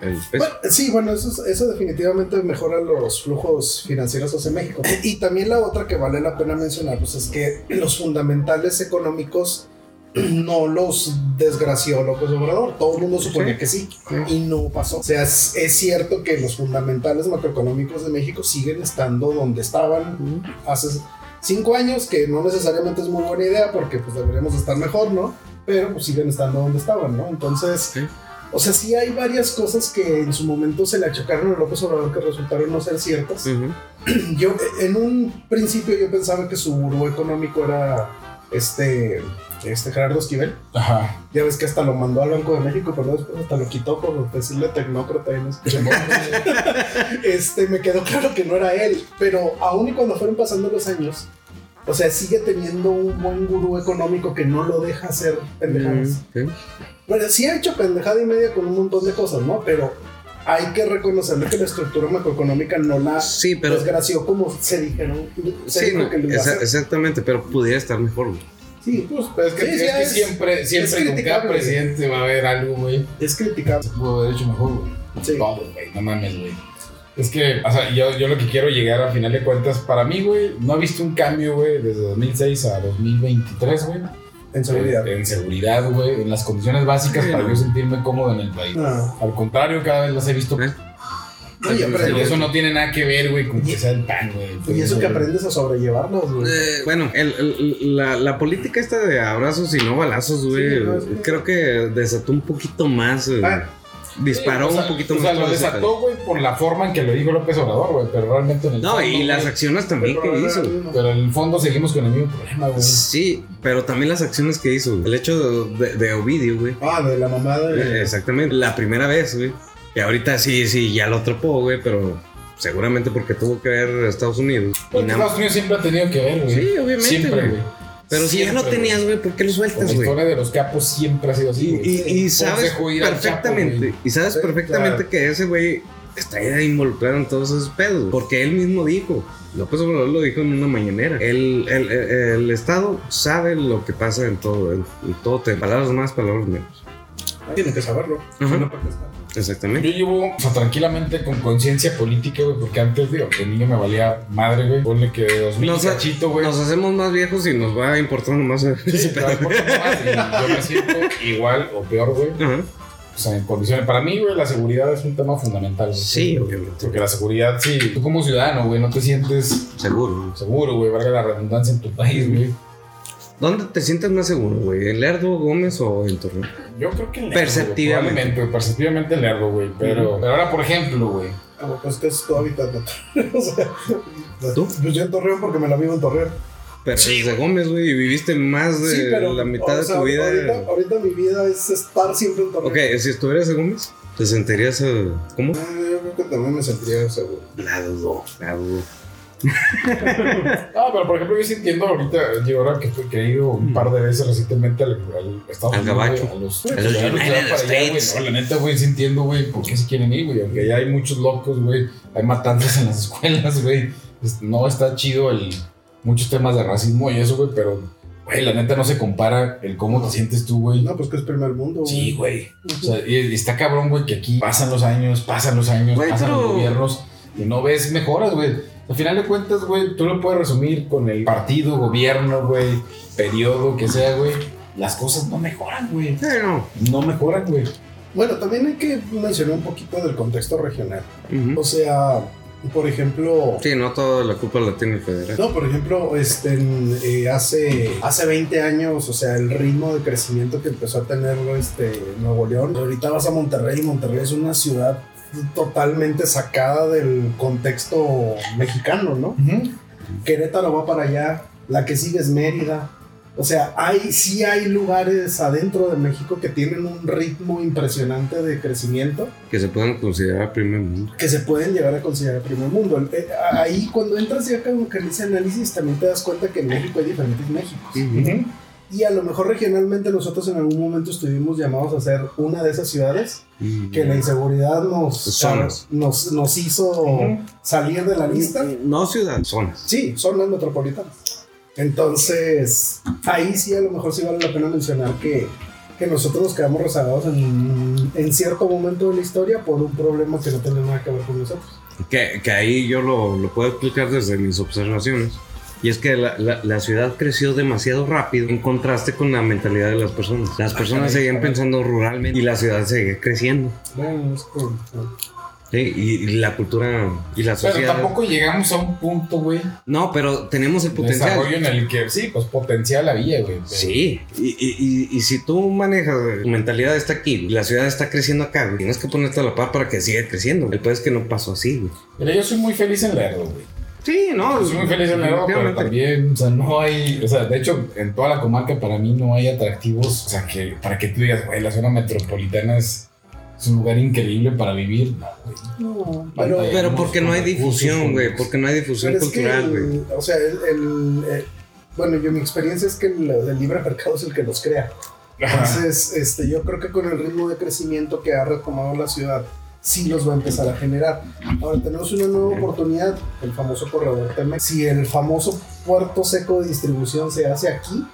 Speaker 4: el peso.
Speaker 3: Bueno, sí, bueno, eso, es- eso definitivamente mejora los flujos financieros hacia México. Eh, Y también la otra que vale la pena mencionar, pues es que los fundamentales económicos no los desgració López Obrador. Todo el mundo suponía que sí, y no pasó. O sea, es, es cierto que los fundamentales macroeconómicos de México siguen estando donde estaban hace cinco años, que no necesariamente es muy buena idea porque pues deberíamos estar mejor, ¿no? Pero pues siguen estando donde estaban, ¿no? Entonces... O sea, sí hay varias cosas que en su momento se le achocaron a López Obrador que resultaron no ser ciertas.
Speaker 4: Ujú.
Speaker 3: Yo, en un principio, yo pensaba que su gurú económico era este, este Gerardo Esquivel.
Speaker 1: Ajá.
Speaker 3: Ya ves que hasta lo mandó al Banco de México, pero después hasta lo quitó por decirle tecnócrata y no sé qué. Este, me quedó claro que no era él. Pero aún y cuando fueron pasando los años, o sea, sigue teniendo un buen gurú económico que no lo deja hacer pendejadas.
Speaker 4: Sí.
Speaker 3: Bueno, sí ha hecho pendejada y media con un montón de cosas, ¿no? Pero hay que reconocerle que la estructura macroeconómica no la
Speaker 4: Sí, pero.
Speaker 3: desgració como se dijeron. se
Speaker 4: Sí,
Speaker 3: dijo
Speaker 4: no,
Speaker 3: que lo iba a
Speaker 4: exa-
Speaker 3: hacer.
Speaker 4: exactamente, pero pudiera estar mejor. güey.
Speaker 3: Sí,
Speaker 1: Pues, pero es que,
Speaker 3: Sí,
Speaker 1: es
Speaker 3: sí,
Speaker 1: que
Speaker 3: es-
Speaker 1: siempre, siempre con cada
Speaker 3: criticable.
Speaker 1: presidente va a haber algo, güey.
Speaker 3: es criticable.
Speaker 1: Se pudo haber hecho mejor, güey.
Speaker 3: Sí.
Speaker 1: Todo, güey. No mames, güey. Es que, o sea, yo, yo lo que quiero llegar a final de cuentas, para mí, güey, no ha visto un cambio, güey, desde 2006 a 2023, güey.
Speaker 3: En seguridad.
Speaker 1: En seguridad, güey. En las condiciones básicas
Speaker 4: Sí,
Speaker 1: para
Speaker 4: no.
Speaker 1: yo sentirme cómodo en el país.
Speaker 3: No.
Speaker 1: Al contrario, cada vez las he visto.
Speaker 4: ¿Eh?
Speaker 3: No, y,
Speaker 1: Y
Speaker 3: aprendes-
Speaker 1: eso no tiene nada que ver, güey, con
Speaker 3: Y-
Speaker 1: que sea el pan, güey.
Speaker 3: y eso que
Speaker 1: Güey.
Speaker 3: aprendes a sobrellevarlos, güey.
Speaker 4: Eh, bueno, el- el- la, la política esta de abrazos y no balazos, güey,
Speaker 3: Sí, no, es que-
Speaker 4: creo que desató un poquito más. eh,
Speaker 3: Ah,
Speaker 4: disparó
Speaker 1: Sí, Eh, o sea,
Speaker 4: un poquito
Speaker 1: O
Speaker 4: más.
Speaker 1: sea, lo
Speaker 4: todo ese pedo.
Speaker 1: desató, güey, por la forma en que lo dijo López Obrador, güey. Pero realmente en el
Speaker 4: No, y
Speaker 1: fondo,
Speaker 4: las
Speaker 1: güey,
Speaker 4: acciones también que hizo. güey.
Speaker 1: Pero eh, en el fondo seguimos con el mismo problema, güey.
Speaker 4: Sí, pero también las acciones que hizo. güey. El hecho de, de Ovidio, güey.
Speaker 3: Ah, de la mamada.
Speaker 4: Eh,
Speaker 3: de-
Speaker 4: Exactamente, la primera vez, güey. Y ahorita sí, sí, ya lo tropó, güey, pero seguramente porque tuvo que ver Estados Unidos. Y
Speaker 1: Porque
Speaker 4: nada-
Speaker 1: Estados Unidos siempre ha tenido que ver, güey.
Speaker 4: Sí, obviamente,
Speaker 1: Siempre,
Speaker 4: güey.
Speaker 1: güey.
Speaker 4: Pero si ya lo
Speaker 1: Siempre,
Speaker 4: tenías, güey, ¿por qué lo
Speaker 1: La
Speaker 4: sueltas, güey?
Speaker 1: historia de los capos siempre ha sido así,
Speaker 4: Y,
Speaker 1: güey.
Speaker 4: y- y sabes
Speaker 1: Consejo ir al
Speaker 4: perfectamente,
Speaker 1: Chapo,
Speaker 4: y sabes
Speaker 3: Sí,
Speaker 4: perfectamente
Speaker 3: claro.
Speaker 4: que ese güey está involucrado en todos esos pedos, güey, porque él mismo dijo, López Obrador lo dijo en una mañanera, el, el- el- el Estado sabe lo que pasa en todo, en, en todo tema, palabras más, palabras menos.
Speaker 3: Tienen que saberlo.
Speaker 4: Ajá.
Speaker 3: No porque está-
Speaker 4: Exactamente.
Speaker 1: Yo llevo, o sea, tranquilamente con conciencia política, güey, porque antes, digo, de niño me valía madre, güey. Ponle que de 2000
Speaker 4: Nos ha-
Speaker 1: cachito, güey.
Speaker 4: Nos hacemos más viejos y nos va importando más. el-
Speaker 1: Sí,
Speaker 4: ese
Speaker 1: pero
Speaker 4: pedo.
Speaker 1: por lo demás, y yo me siento igual o peor, güey.
Speaker 4: Ajá.
Speaker 1: O sea, en condiciones. Para mí, güey, la seguridad es un tema fundamental, güey.
Speaker 4: Sí, obviamente.
Speaker 1: Porque la seguridad, sí. Tú como ciudadano, güey, no te sientes
Speaker 4: Seguro.
Speaker 1: seguro, güey, valga la redundancia en tu país, güey.
Speaker 4: ¿Dónde te sientes más seguro, güey? ¿En Lerdo Gómez o en Torreón?
Speaker 1: Yo creo que el
Speaker 4: Perceptivamente.
Speaker 1: Perceptivamente el ergo, güey. Pero, pero ahora, por ejemplo, güey.
Speaker 3: Ah, Pues que es tu hábitat natural. O sea,
Speaker 4: ¿Tú?
Speaker 3: Pues yo en Torreón porque me la vivo en Torreón.
Speaker 4: Pero de Gómez, güey, y viviste más de
Speaker 3: Sí, pero.
Speaker 4: la mitad
Speaker 3: o
Speaker 4: de
Speaker 3: sea,
Speaker 4: tu vida.
Speaker 3: Ahorita, ahorita mi vida es estar siempre en Torreón.
Speaker 4: Ok, si estuvieras en Gómez, ¿te sentirías eh, cómo?
Speaker 3: Ah, Yo creo que también me sentiría seguro.
Speaker 4: La dudo, la dudo.
Speaker 1: Ah, pero por ejemplo, yo sí entiendo ahorita, digo, ahora que fui- que he ido un par de veces recientemente al, al Estados
Speaker 4: Al
Speaker 1: Unidos,
Speaker 4: gabacho.
Speaker 1: güey, A los,
Speaker 4: A los
Speaker 1: ya,
Speaker 4: United
Speaker 1: ya para allá, güey,
Speaker 4: States.
Speaker 1: no, la neta, güey, sí entiendo, güey, por qué se quieren ir, güey. Aunque ya hay muchos locos, güey. Hay matanzas en las escuelas, güey. es- No está chido el. Muchos temas de racismo y eso, güey, pero Güey, la neta no se compara el cómo te sientes tú, güey.
Speaker 3: No, pues que es primer mundo. güey.
Speaker 1: Sí, güey. O sea, y- y está cabrón, güey, que aquí pasan los años, pasan los años,
Speaker 4: Güey,
Speaker 1: pasan los
Speaker 4: pero-
Speaker 1: gobiernos y no ves mejoras, güey. Al final de cuentas, güey, tú lo puedes resumir con el partido, gobierno, güey, periodo, que sea, güey. Las cosas no mejoran, güey.
Speaker 4: Eh, no.
Speaker 1: No mejoran, güey.
Speaker 3: Bueno, también hay que mencionar un poquito del contexto regional.
Speaker 4: Ujú.
Speaker 3: O sea, por ejemplo,
Speaker 4: Sí, no toda la culpa la tiene el federal.
Speaker 3: No, por ejemplo, este, en, eh, hace, hace 20 años, o sea, el ritmo de crecimiento que empezó a tener este, Nuevo León. Ahorita vas a Monterrey y Monterrey es una ciudad totalmente sacada del contexto mexicano, ¿no? Querétaro va para allá, la que sigue es Mérida. O sea, hay, sí hay lugares adentro de México que tienen un ritmo impresionante de crecimiento
Speaker 4: Que se pueden considerar primer mundo.
Speaker 3: que se pueden llegar a considerar primer mundo. Eh, Ahí cuando entras ya como que en ese análisis también te das cuenta que en México hay diferentes Méxicos.
Speaker 4: Ujú.
Speaker 3: Y a lo mejor regionalmente nosotros en algún momento estuvimos llamados a ser una de esas ciudades
Speaker 4: Ujú.
Speaker 3: que la inseguridad nos,
Speaker 4: Zonas.
Speaker 3: nos, nos hizo salir de la lista.
Speaker 4: No ciudad, zonas.
Speaker 3: Sí, son las metropolitanas. Entonces, ahí sí a lo mejor sí vale la pena mencionar que, que nosotros nos quedamos rezagados en, en cierto momento de la historia por un problema que no tenía nada que ver con nosotros.
Speaker 4: Que, que ahí yo lo, lo puedo explicar desde mis observaciones. Y es que la, la- la ciudad creció demasiado rápido en contraste con la mentalidad de las personas. Las personas seguían pensando ruralmente y la ciudad seguía creciendo.
Speaker 3: Bueno, es que, pues, bueno,
Speaker 4: ¿sí? Y, y la cultura y la
Speaker 1: Pero
Speaker 4: sociedad.
Speaker 1: tampoco llegamos a un punto, güey, de
Speaker 4: No, pero tenemos el potencial.
Speaker 1: desarrollo en el que sí, pues potencial había, güey. pero-
Speaker 4: Sí, y, y- y- y si tú manejas, güey, tu mentalidad está aquí, la ciudad está creciendo acá, güey, tienes que ponerte a la par para que siga creciendo. El peor es que no pasó así, güey.
Speaker 1: Mira, yo soy muy feliz en Lerdo, güey.
Speaker 4: Sí, no,
Speaker 1: Yo soy Pues muy feliz en Lerdo, pero
Speaker 4: definitivamente.
Speaker 1: también, o sea, no hay, o sea, de hecho, en toda la comarca para mí no hay atractivos, o sea, que para que tú digas, güey, la zona metropolitana es, es un lugar increíble para vivir. No, güey.
Speaker 3: no,
Speaker 1: Pero-
Speaker 3: pero,
Speaker 4: Pero porque no hay
Speaker 1: Recursos
Speaker 4: difusión, güey,
Speaker 1: humanos.
Speaker 4: porque no hay difusión
Speaker 3: pero es
Speaker 4: cultural,
Speaker 3: que,
Speaker 4: güey.
Speaker 3: o sea, el, el- eh, bueno, yo mi experiencia es que el, el libre mercado es el que los crea. Entonces, este, yo creo que con el ritmo de crecimiento que ha retomado la ciudad, sí los va a empezar a generar. Ahora tenemos una nueva oportunidad, el famoso corredor Temex. Si el famoso puerto seco de distribución se hace aquí,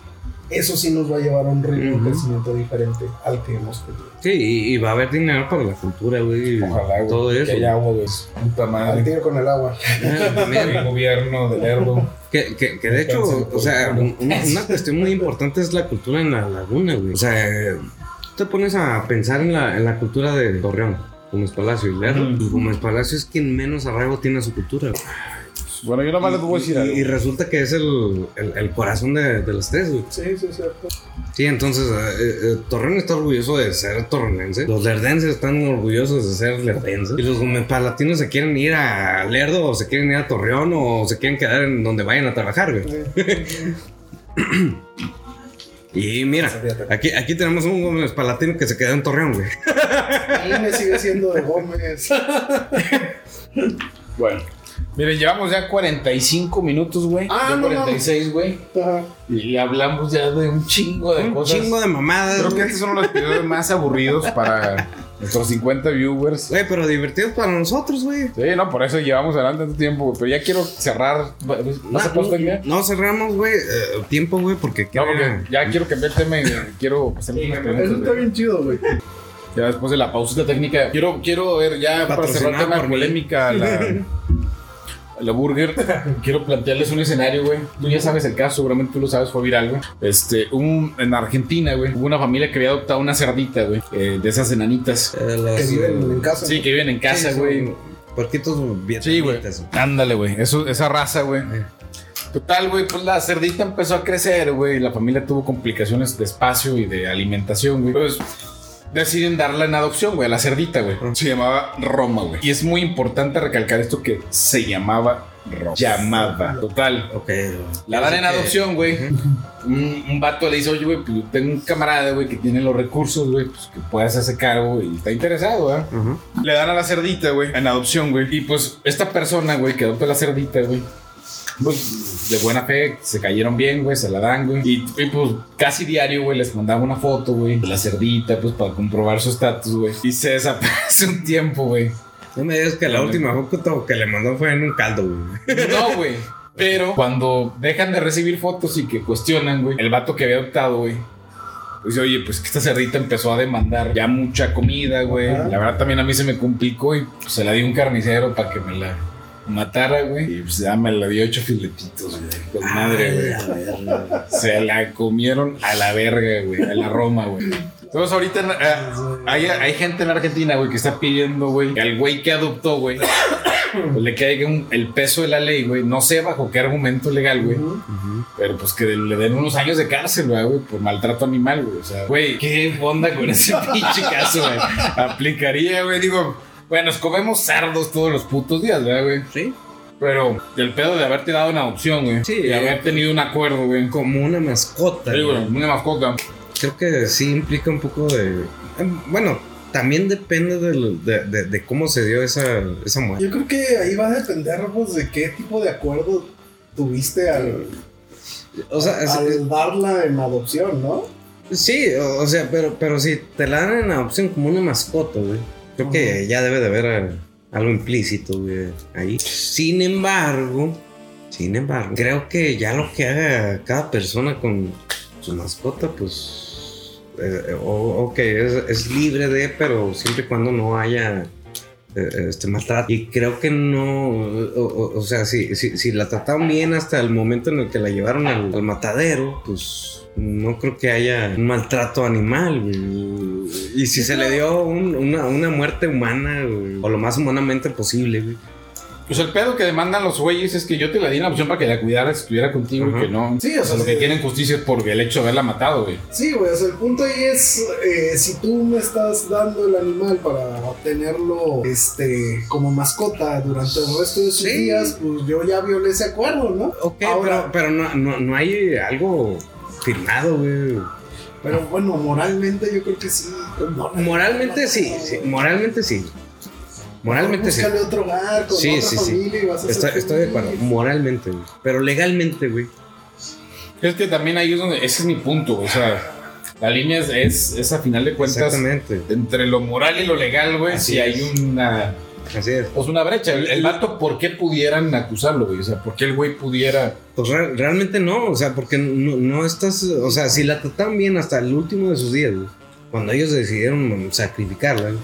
Speaker 3: eso sí nos va a llevar a un ritmo
Speaker 4: Ujú.
Speaker 3: de crecimiento diferente al que hemos tenido.
Speaker 4: Sí, y, y va a haber dinero para la cultura, güey. y
Speaker 1: Ojalá, güey,
Speaker 4: Todo
Speaker 1: que
Speaker 4: eso.
Speaker 1: haya agua, güey, puta
Speaker 3: Al
Speaker 1: madre.
Speaker 3: tiro con el agua.
Speaker 4: Ah, también.
Speaker 1: El gobierno de Lerdo.
Speaker 4: Que, que- que de hecho, o sea, un- una, una cuestión muy importante es la cultura en la laguna, güey. O sea, te pones a pensar en la, en la cultura de Torreón, Gómez Palacio y Lerdo.
Speaker 2: Ujú.
Speaker 4: Y Gómez Palacio es quien menos arraigo tiene a su cultura. güey.
Speaker 2: Bueno, yo nada más les voy a decir
Speaker 4: Y, y- y
Speaker 2: algo.
Speaker 4: resulta que es el, el- el corazón de, de las tres, güey.
Speaker 3: Sí, sí, es cierto.
Speaker 4: Sí, entonces, eh, eh, Torreón está orgulloso de ser torrenense. Los lerdenses están orgullosos de ser lerdenses. Y los palatinos se quieren ir a Lerdo, o se quieren ir a Torreón, o se quieren quedar en donde vayan a trabajar, güey. Y mira, aquí, aquí tenemos un Gómez Palatino que se quedó en Torreón, güey.
Speaker 3: Ahí me sigue siendo de Gómez.
Speaker 2: Bueno,
Speaker 1: Miren, llevamos ya 45 minutos, güey.
Speaker 3: Ah,
Speaker 1: ya
Speaker 3: no mames.
Speaker 1: 46, güey.
Speaker 3: Ajá.
Speaker 1: Y hablamos ya de un chingo de
Speaker 4: Un
Speaker 1: cosas.
Speaker 4: chingo de mamadas.
Speaker 2: creo que
Speaker 4: güey.
Speaker 2: estos son los episodios más aburridos para nuestros 50 viewers.
Speaker 4: Güey, pero divertidos para nosotros, güey.
Speaker 2: Sí, no, por eso llevamos adelante tanto tiempo, güey, pero ya quiero cerrar.
Speaker 1: Va- ¿Vas a
Speaker 4: No,
Speaker 1: apostar ya?
Speaker 4: no cerramos, güey, eh, tiempo, güey, porque
Speaker 2: No,
Speaker 4: queda-
Speaker 2: porque ya quiero cambiar el tema y eh, quiero hacer unas
Speaker 3: Eso
Speaker 2: preguntas,
Speaker 3: está
Speaker 2: güey.
Speaker 3: bien chido, güey.
Speaker 2: Ya después de la pausita técnica, quiero, quiero ver ya para cerrar el
Speaker 4: Patrocinado
Speaker 2: tema
Speaker 4: por mí.
Speaker 2: polémica la, la burger.
Speaker 1: Quiero plantearles un escenario, güey. Tú ya sabes el caso, seguramente tú lo sabes, fue viral, güey.
Speaker 2: Este, un, en Argentina, güey, hubo una familia que había adoptado una cerdita, güey, eh, de esas enanitas.
Speaker 4: Eh, las,
Speaker 3: Que viven
Speaker 4: eh,
Speaker 3: en casa.
Speaker 2: Sí, que viven en casa,
Speaker 4: sí,
Speaker 2: güey.
Speaker 4: son Puerquitos bien
Speaker 2: Sí, güey. Ándale, güey. Eso, esa raza, güey.
Speaker 4: Eh.
Speaker 2: Total, güey, pues la cerdita empezó a crecer, güey. y La familia tuvo complicaciones de espacio y de alimentación, güey. Pues deciden darla en adopción, güey, a la cerdita, güey. Se llamaba Roma, güey. Y es muy importante recalcar esto que se llamaba Roma. Llamaba. Total.
Speaker 4: Ok.
Speaker 2: La dan
Speaker 4: Así
Speaker 2: en
Speaker 4: que-
Speaker 2: adopción, güey.
Speaker 4: Ujú.
Speaker 2: Un, un vato le dice, oye, güey, pues yo tengo un camarada, güey, que tiene los recursos, güey, pues que puede hacerse cargo y está interesado, ¿eh?
Speaker 4: Ujú.
Speaker 2: Le dan a la cerdita, güey, en adopción, güey. Y pues esta persona, güey, que adopta la cerdita, güey. Pues de buena fe, se cayeron bien, güey, se la dan, güey. Y, y, pues casi diario, güey, les mandaba una foto, güey, de la cerdita, pues para comprobar su estatus, güey. Y se desaparece un tiempo, güey.
Speaker 4: No me digas que la
Speaker 2: Ándale.
Speaker 4: última foto que le mandó fue en un caldo, güey.
Speaker 2: No, güey.
Speaker 1: Pero cuando dejan de recibir fotos y que cuestionan, güey, el vato que había adoptado, güey. Dice, oye, pues que esta cerdita empezó a demandar ya mucha comida, güey.
Speaker 3: Ajá.
Speaker 1: La verdad también a mí se me complicó y pues, se la di a un carnicero para que me la matara, güey. Y pues ya me la dio ocho filetitos, güey. Con madre, güey. Se la comieron a la verga, güey. A la Roma, güey. Entonces ahorita eh, hay, hay gente en Argentina, güey, que está pidiendo, güey, que al güey que adoptó, güey, pues le caiga un- el peso de la ley, güey. No sé bajo qué argumento legal, güey.
Speaker 3: Ujú.
Speaker 1: Pero pues que le den unos años de cárcel, güey, güey, por maltrato animal, güey. O sea, güey, qué onda con ese pinche caso, güey. Aplicaría, güey. Digo, bueno, nos comemos sardos todos los putos días, ¿verdad, güey?
Speaker 4: Sí.
Speaker 1: Pero el pedo de haberte dado una adopción, güey.
Speaker 4: Sí,
Speaker 1: Y haber
Speaker 4: eh,
Speaker 1: tenido un acuerdo, güey.
Speaker 4: Como una mascota.
Speaker 1: Sí, güey,
Speaker 4: güey.
Speaker 1: una mascota.
Speaker 4: Creo que sí implica un poco de. eh, Bueno, también depende del- de, de- de cómo se dio esa, esa muerte.
Speaker 3: Yo creo que ahí va a depender pues, de qué tipo de acuerdo tuviste al,
Speaker 4: O sea, es-
Speaker 3: al darla en adopción, ¿no?
Speaker 4: sí, o, o sea, pero, pero si te la dan en adopción como una mascota, güey. Creo que ya debe de haber eh, algo implícito, güey, ahí. Sin embargo, sin embargo, creo que ya lo que haga cada persona con su mascota, pues. eh, eh, o, ok, es, es libre de, pero siempre y cuando no haya eh, este maltrato. Y creo que no, o, o- o sea, si, si, si la trataron bien hasta el momento en el que la llevaron al, al matadero, pues no creo que haya un maltrato animal. güey. Y si se le dio un- una, una muerte humana, güey, o lo más humanamente posible, güey.
Speaker 1: Pues el pedo que demandan los güeyes es que yo te la di la opción para que la cuidaras, estuviera contigo y
Speaker 4: Ajá.
Speaker 1: que no.
Speaker 3: Sí,
Speaker 1: O
Speaker 3: o
Speaker 1: sea,
Speaker 3: sea,
Speaker 1: lo que
Speaker 3: sí.
Speaker 1: quieren justicia es por el hecho de haberla matado, güey.
Speaker 3: Sí, güey, o sea, el punto ahí es eh, si tú me estás dando el animal para obtenerlo este, como mascota durante el resto de sus
Speaker 4: Sí.
Speaker 3: días, pues yo ya violé ese acuerdo, ¿no?
Speaker 4: Ok,
Speaker 3: Ahora-
Speaker 4: pero, pero no, no, no hay algo firmado, güey.
Speaker 3: Pero bueno, moralmente yo creo que sí. No,
Speaker 4: Moralmente sí, sí, moralmente sí. Moralmente sí.
Speaker 3: Búscale otro hogar con
Speaker 4: Sí,
Speaker 3: otra
Speaker 4: sí, sí.
Speaker 3: familia y vas a ser
Speaker 4: Estoy, estoy de
Speaker 3: feliz.
Speaker 4: acuerdo, moralmente, güey. Pero legalmente, güey.
Speaker 1: Es que también ahí es donde. Ese es mi punto, o sea. La línea es, es, es a final de cuentas.
Speaker 4: Exactamente.
Speaker 1: Entre lo moral y lo legal, güey,
Speaker 4: Así
Speaker 1: si hay
Speaker 4: es.
Speaker 1: una.
Speaker 4: Así es.
Speaker 1: Pues una brecha. El, el vato, ¿por qué pudieran acusarlo, güey? O sea, ¿por qué el güey pudiera.
Speaker 4: Pues re- realmente no, o sea, porque no, no estás, o sea, si la tratan bien hasta el último de sus días, güey, cuando ellos decidieron sacrificarla, güey,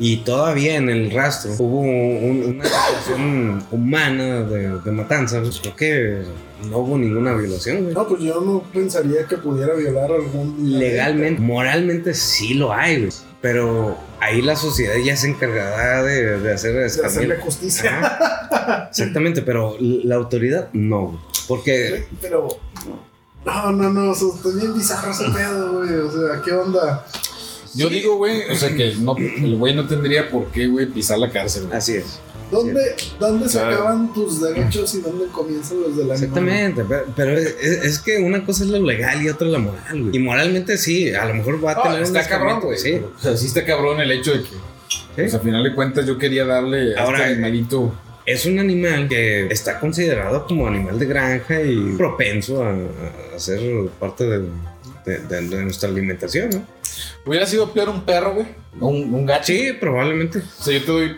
Speaker 4: y todavía en el rastro hubo un- una situación humana de, de matanza, pues creo que no hubo ninguna violación, güey.
Speaker 3: No, pues yo no pensaría que pudiera violar algún.
Speaker 4: Legalmente, moralmente sí lo hay, güey, pero ahí la sociedad ya se encargará de, de hacer
Speaker 3: De hacerle
Speaker 4: escarmiento.
Speaker 3: justicia.
Speaker 4: pues, Ajá. Exactamente, pero la autoridad no, güey, porque...
Speaker 3: Pero. No, no, no, o sea, está bien bizarro ese pedo, güey. O sea, ¿qué onda?
Speaker 1: Yo digo, güey, o sea, que no, el güey no tendría por qué, güey, pisar la cárcel, güey.
Speaker 4: Así es.
Speaker 3: ¿Dónde, dónde se
Speaker 1: Claro.
Speaker 3: acaban tus derechos y dónde comienzan los del animal?
Speaker 4: Exactamente, pe- pero es, es- es que una cosa es lo legal y otra la moral, güey. Y moralmente sí, a lo mejor va a
Speaker 1: Ah,
Speaker 4: tener un
Speaker 1: está cabrón,
Speaker 4: escarmiento,
Speaker 1: güey.
Speaker 4: Sí.
Speaker 1: O sea, sí está cabrón el hecho de que. Pues a final de cuentas, yo quería darle
Speaker 4: Ahora,
Speaker 1: a este animalito.
Speaker 4: Es un animal que está considerado como animal de granja y propenso a, a- a ser parte de, de- de- de nuestra alimentación, ¿no?
Speaker 1: Hubiera sido peor un perro, güey. o Un, un gato.
Speaker 4: Sí, probablemente.
Speaker 1: O sea, yo te doy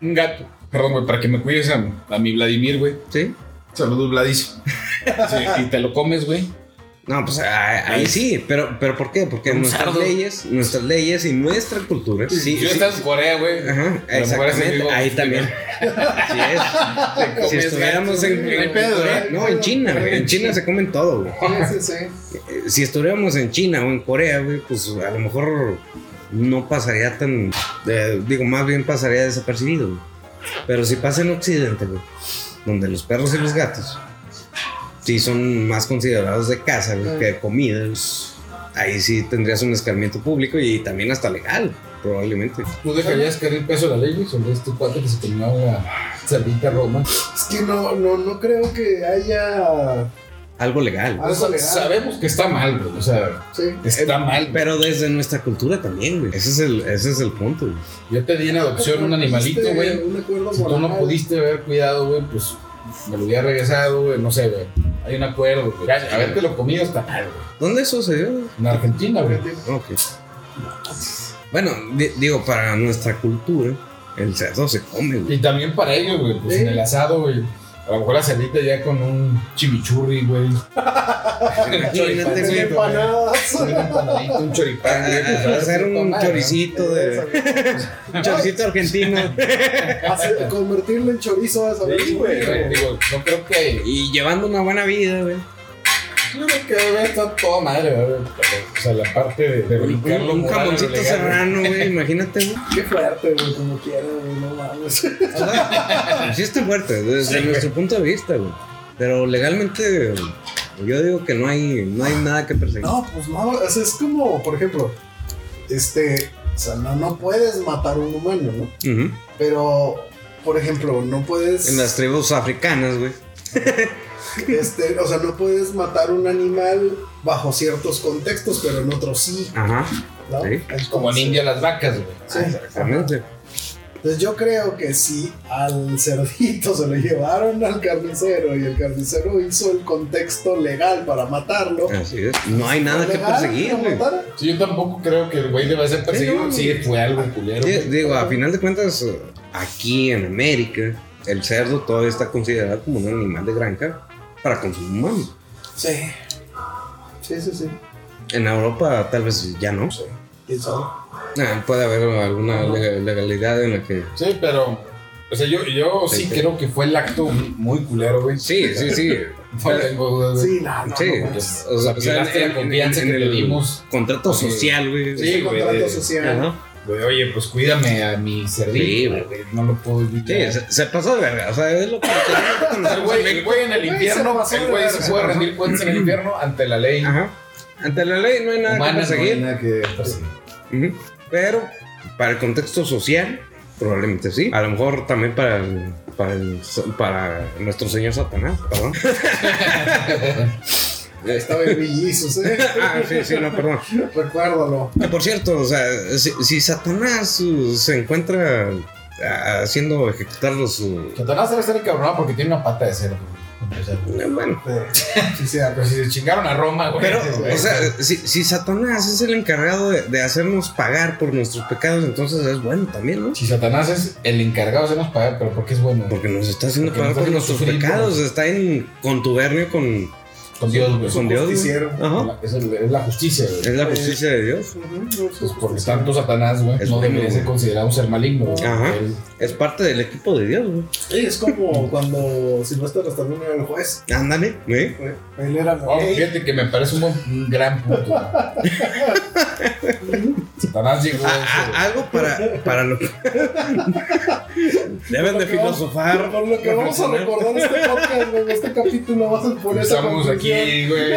Speaker 1: un gato. Perdón, güey, para que me cuides a, a mi Vladimir, güey.
Speaker 4: Sí.
Speaker 1: Saludos, Vladis. Sí, y te lo comes, güey.
Speaker 4: No, pues a- ahí sí, pero, pero ¿por qué? Porque
Speaker 1: Un
Speaker 4: nuestras
Speaker 1: sardo.
Speaker 4: leyes, nuestras leyes y nuestra cultura. Sí,
Speaker 1: si yo
Speaker 4: sí.
Speaker 1: estás en Corea, güey.
Speaker 4: Ajá,
Speaker 1: A lo mejor es el
Speaker 4: exactamente.
Speaker 1: mismo-
Speaker 4: Ahí también. Así es.
Speaker 1: te comes
Speaker 4: Si estuviéramos
Speaker 1: gatos,
Speaker 4: en,
Speaker 1: güey, no hay
Speaker 4: en
Speaker 1: pedo,
Speaker 4: Corea-
Speaker 1: ¿eh?
Speaker 4: no, en China, güey. En China se comen todo, güey.
Speaker 3: Sí, sí, sí.
Speaker 4: Eh, Si estuviéramos en China o en Corea, güey, pues a lo mejor no pasaría tan. eh, digo, más bien pasaría desapercibido, güey. Pero si pasa en Occidente, güey, donde los perros y los gatos sí son más considerados de casa, güey, que de comida, pues, ahí sí tendrías un escarmiento público y también hasta legal, probablemente.
Speaker 5: ¿Tú dejarías caer el peso de la ley güey, sobre este cuate que se terminó la cerdita Roma?
Speaker 3: Es que no, no, no creo que haya.
Speaker 4: Algo Ah, legal. Eh,
Speaker 3: Algo
Speaker 5: O sea,
Speaker 3: legal.
Speaker 5: sabemos que está mal, güey. O sea,
Speaker 3: Sí.
Speaker 5: está mal. güey.
Speaker 4: Pero desde nuestra cultura también, güey. Ese es el, ese es el punto, güey.
Speaker 5: Yo te di en adopción un animalito, güey.
Speaker 3: Un acuerdo
Speaker 5: Si tú no
Speaker 3: moral.
Speaker 5: pudiste haber cuidado, güey, pues me lo hubiera regresado, güey. No sé, güey. Hay un acuerdo, güey. A ver, te lo comido está mal, güey.
Speaker 4: ¿Dónde sucedió?
Speaker 5: En Argentina, güey.
Speaker 4: Ok. Bueno, di- digo, para nuestra cultura, el cerdo se come, güey.
Speaker 5: Y también para ellos, güey. Pues
Speaker 3: Sí.
Speaker 5: en el asado, güey.
Speaker 1: A lo mejor la cerdita ya con un chimichurri, güey.
Speaker 4: Imagínate,
Speaker 3: Sin
Speaker 4: güey.
Speaker 3: empanadas.
Speaker 1: Un empanadito, un choripán, güey. pues,
Speaker 4: a- a- Hacer
Speaker 1: todo
Speaker 4: un
Speaker 1: mal, ¿no?
Speaker 4: choricito de. Un choricito argentino.
Speaker 3: Hacer- convertirlo en chorizo a saber.
Speaker 1: Sí, güey.
Speaker 3: güey.
Speaker 1: Digo, no creo que.
Speaker 4: Y llevando una buena vida, güey.
Speaker 1: Yo creo que debe estar toda madre, güey. O sea, la parte de, de
Speaker 4: Un,
Speaker 1: brincarlo.
Speaker 4: un
Speaker 1: moral,
Speaker 4: jamoncito
Speaker 1: legal, güey.
Speaker 4: serrano, güey. Imagínate, güey.
Speaker 3: Qué fuerte, güey, como quiera, güey, no mames.
Speaker 4: Sí está fuerte, desde nuestro punto de vista, güey. Pero legalmente, yo digo que no hay, no hay nada que perseguir.
Speaker 3: No, pues no, o sea, es como, por ejemplo, este, o sea, no, no puedes matar a un humano, ¿no?
Speaker 4: Ujú.
Speaker 3: Pero, por ejemplo, no puedes,
Speaker 4: En las tribus africanas, güey.
Speaker 3: este, o sea, no puedes matar un animal bajo ciertos contextos, pero en otros sí,
Speaker 4: Ajá,
Speaker 3: ¿no?
Speaker 4: Sí.
Speaker 3: Entonces,
Speaker 1: Como en India las vacas, güey.
Speaker 3: Sí.
Speaker 4: exactamente.
Speaker 3: Entonces yo creo que si al cerdito se lo llevaron al carnicero y el carnicero hizo el contexto legal para matarlo.
Speaker 4: Así es. No hay nada que
Speaker 3: ¿legal
Speaker 4: perseguir,
Speaker 3: lo
Speaker 4: güey.
Speaker 3: matara?
Speaker 1: Sí, yo tampoco creo que el güey deba ser perseguido. Sí, fue algo culero.
Speaker 4: Di-
Speaker 1: güey.
Speaker 4: Digo, a final de cuentas, eh, aquí en América, el cerdo todavía está considerado como un animal de granja para consumo humano.
Speaker 3: Sí. Sí, sí, sí.
Speaker 4: En Europa tal vez ya no.
Speaker 3: ¿Quién sabe?
Speaker 4: Ah, puede haber alguna lega- legalidad en la que...
Speaker 1: Sí, pero. O sea, yo, yo sí,
Speaker 4: Sí, sí.
Speaker 1: creo que fue el acto muy culero, güey.
Speaker 4: Sí, sí, sí.
Speaker 1: No tengo dudas, güey.
Speaker 3: Sí, no, no,
Speaker 4: Sí.
Speaker 3: no, pues.
Speaker 1: Porque,
Speaker 3: no.
Speaker 4: O sea,
Speaker 1: o sea,
Speaker 4: en-
Speaker 1: pues, la confianza que le dimos.
Speaker 4: Contrato
Speaker 1: Sí.
Speaker 4: social, güey.
Speaker 1: Sí, güey,
Speaker 3: contrato
Speaker 1: de-
Speaker 3: social.
Speaker 4: Ajá.
Speaker 1: Güey, oye, pues cuídame a mi
Speaker 4: Sí,
Speaker 1: cerdito,
Speaker 4: güey.
Speaker 1: güey. No lo puedo
Speaker 4: Sí,
Speaker 1: olvidar.
Speaker 4: se, se pasó de verga. O sea, es lo que tenemos que
Speaker 1: El
Speaker 4: conocer,
Speaker 1: güey, el güey en el
Speaker 3: Güey, se
Speaker 1: infierno,
Speaker 3: pasó
Speaker 1: el
Speaker 3: de
Speaker 1: güey
Speaker 3: verga.
Speaker 1: se puede rendir cuentas en el infierno ante la ley
Speaker 4: Ajá. Ante la ley no hay nada
Speaker 1: humana.
Speaker 4: que
Speaker 1: no hay
Speaker 4: perseguir.
Speaker 1: nada que perseguir.
Speaker 4: Ujú. Pero para el contexto social, probablemente sí. A lo mejor también para el- para, el- para nuestro señor Satanás, perdón.
Speaker 3: Estaba en Villizos, ¿eh?
Speaker 4: Ah, sí, sí, no, perdón.
Speaker 3: Recuérdalo.
Speaker 4: Ah, Por cierto, o sea, si, si Satanás uh, se encuentra ah, haciendo ejecutar los... uh,
Speaker 1: Satanás debe estar encabrón porque tiene una pata de cerdo. güey. O sea,
Speaker 4: eh, bueno,
Speaker 3: Sí, sí,
Speaker 1: Pero si se chingaron a Roma, güey.
Speaker 4: Pero,
Speaker 1: güey,
Speaker 4: o sea, si, si Satanás es el encargado de, de hacernos pagar por nuestros pecados, entonces es bueno también, ¿no?
Speaker 1: Si Satanás es el encargado de hacernos pagar, pero ¿por qué es bueno?
Speaker 4: Porque nos está haciendo
Speaker 1: Porque
Speaker 4: pagar
Speaker 1: nos
Speaker 4: por
Speaker 1: hace
Speaker 4: nuestros
Speaker 1: sufrir,
Speaker 4: pecados, está en contubernio con,
Speaker 1: Con Dios, güey.
Speaker 4: con Dios. güey.
Speaker 3: justiciero.
Speaker 4: Ajá.
Speaker 1: Es, el- es la justicia, güey.
Speaker 4: Es la justicia de Dios.
Speaker 1: Pues porque tanto Satanás, güey,
Speaker 4: Es
Speaker 1: no
Speaker 4: bueno,
Speaker 1: debería
Speaker 4: güey.
Speaker 1: ser considerado un ser maligno, güey.
Speaker 4: Ajá.
Speaker 1: Él-
Speaker 4: Es parte del equipo de Dios, güey.
Speaker 3: Sí, es como cuando Silvestre Rastamón era el juez.
Speaker 4: Ándale,
Speaker 3: güey.
Speaker 4: ¿eh?
Speaker 3: Él era la
Speaker 1: Oh,
Speaker 3: ley.
Speaker 1: fíjate que me parece un, buen- un gran punto. güey. Satanás llegó a
Speaker 4: A-
Speaker 1: eso,
Speaker 4: a- Ah, algo para, para lo que... Deben de filosofar.
Speaker 3: Por Ah, lo que vamos a
Speaker 4: reflexionar.
Speaker 3: recordar este podcast, güey, este capítulo, vas a
Speaker 1: güey.
Speaker 3: poner esa
Speaker 1: Estamos
Speaker 3: conclusión.
Speaker 1: aquí, güey.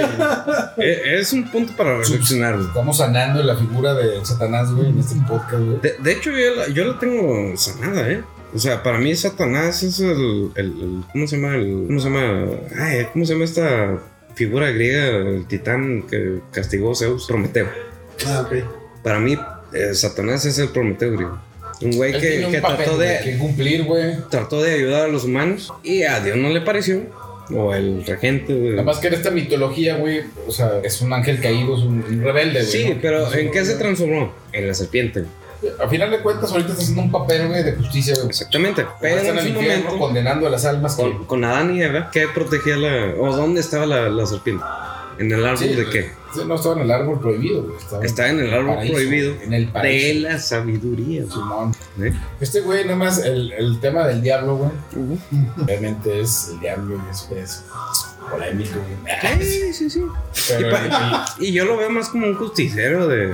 Speaker 4: E- Es un punto para reflexionar, güey.
Speaker 1: Estamos sanando la figura de Satanás, güey, en este podcast, güey.
Speaker 4: De, de hecho, yo la, yo la tengo sanada, ¿eh? O sea, para mí Satanás es el, el- el- ¿Cómo se llama? El, ¿Cómo se llama? Ay, ¿Cómo se llama esta figura griega, el titán que castigó Zeus? Prometeo.
Speaker 3: Ah, ok.
Speaker 4: Para mí, eh, Satanás es el Prometeo griego. Un güey
Speaker 1: Él
Speaker 4: que,
Speaker 1: tiene un
Speaker 4: que
Speaker 1: papel
Speaker 4: trató,
Speaker 1: güey,
Speaker 4: de,
Speaker 1: que cumplir, güey.
Speaker 4: trató de ayudar a los humanos y a Dios no le pareció. O el regente, güey.
Speaker 1: Nada más que en esta mitología, güey, o sea, es un ángel caído, es un, un rebelde, güey.
Speaker 4: Sí,
Speaker 1: ¿no?
Speaker 4: pero ¿en qué se transformó? En la serpiente.
Speaker 1: A final de cuentas, ahorita está haciendo un papel, güey, de justicia, güey.
Speaker 4: Exactamente. Pero
Speaker 1: Está
Speaker 4: en
Speaker 1: el
Speaker 4: su
Speaker 1: infierno
Speaker 4: momento...
Speaker 1: condenando a las almas que-
Speaker 4: con, con Adán y Eva, ¿qué protegía la. o dónde estaba la, la serpiente? ¿En el árbol
Speaker 1: Sí,
Speaker 4: de qué?
Speaker 1: sí, No estaba en el árbol prohibido, güey. Estaba
Speaker 4: Está en el árbol
Speaker 1: paraíso,
Speaker 4: prohibido
Speaker 1: En el
Speaker 4: de
Speaker 1: paraíso.
Speaker 4: la sabiduría. güey.
Speaker 1: Simón.
Speaker 4: ¿Eh?
Speaker 1: Este güey, nada más, el, el tema del diablo, güey. Obviamente es el diablo, güey, es, es polémico, güey.
Speaker 4: Sí, sí, sí.
Speaker 1: Pero
Speaker 4: Y pa-
Speaker 1: y- y-
Speaker 4: Y yo lo veo más como un justicero de,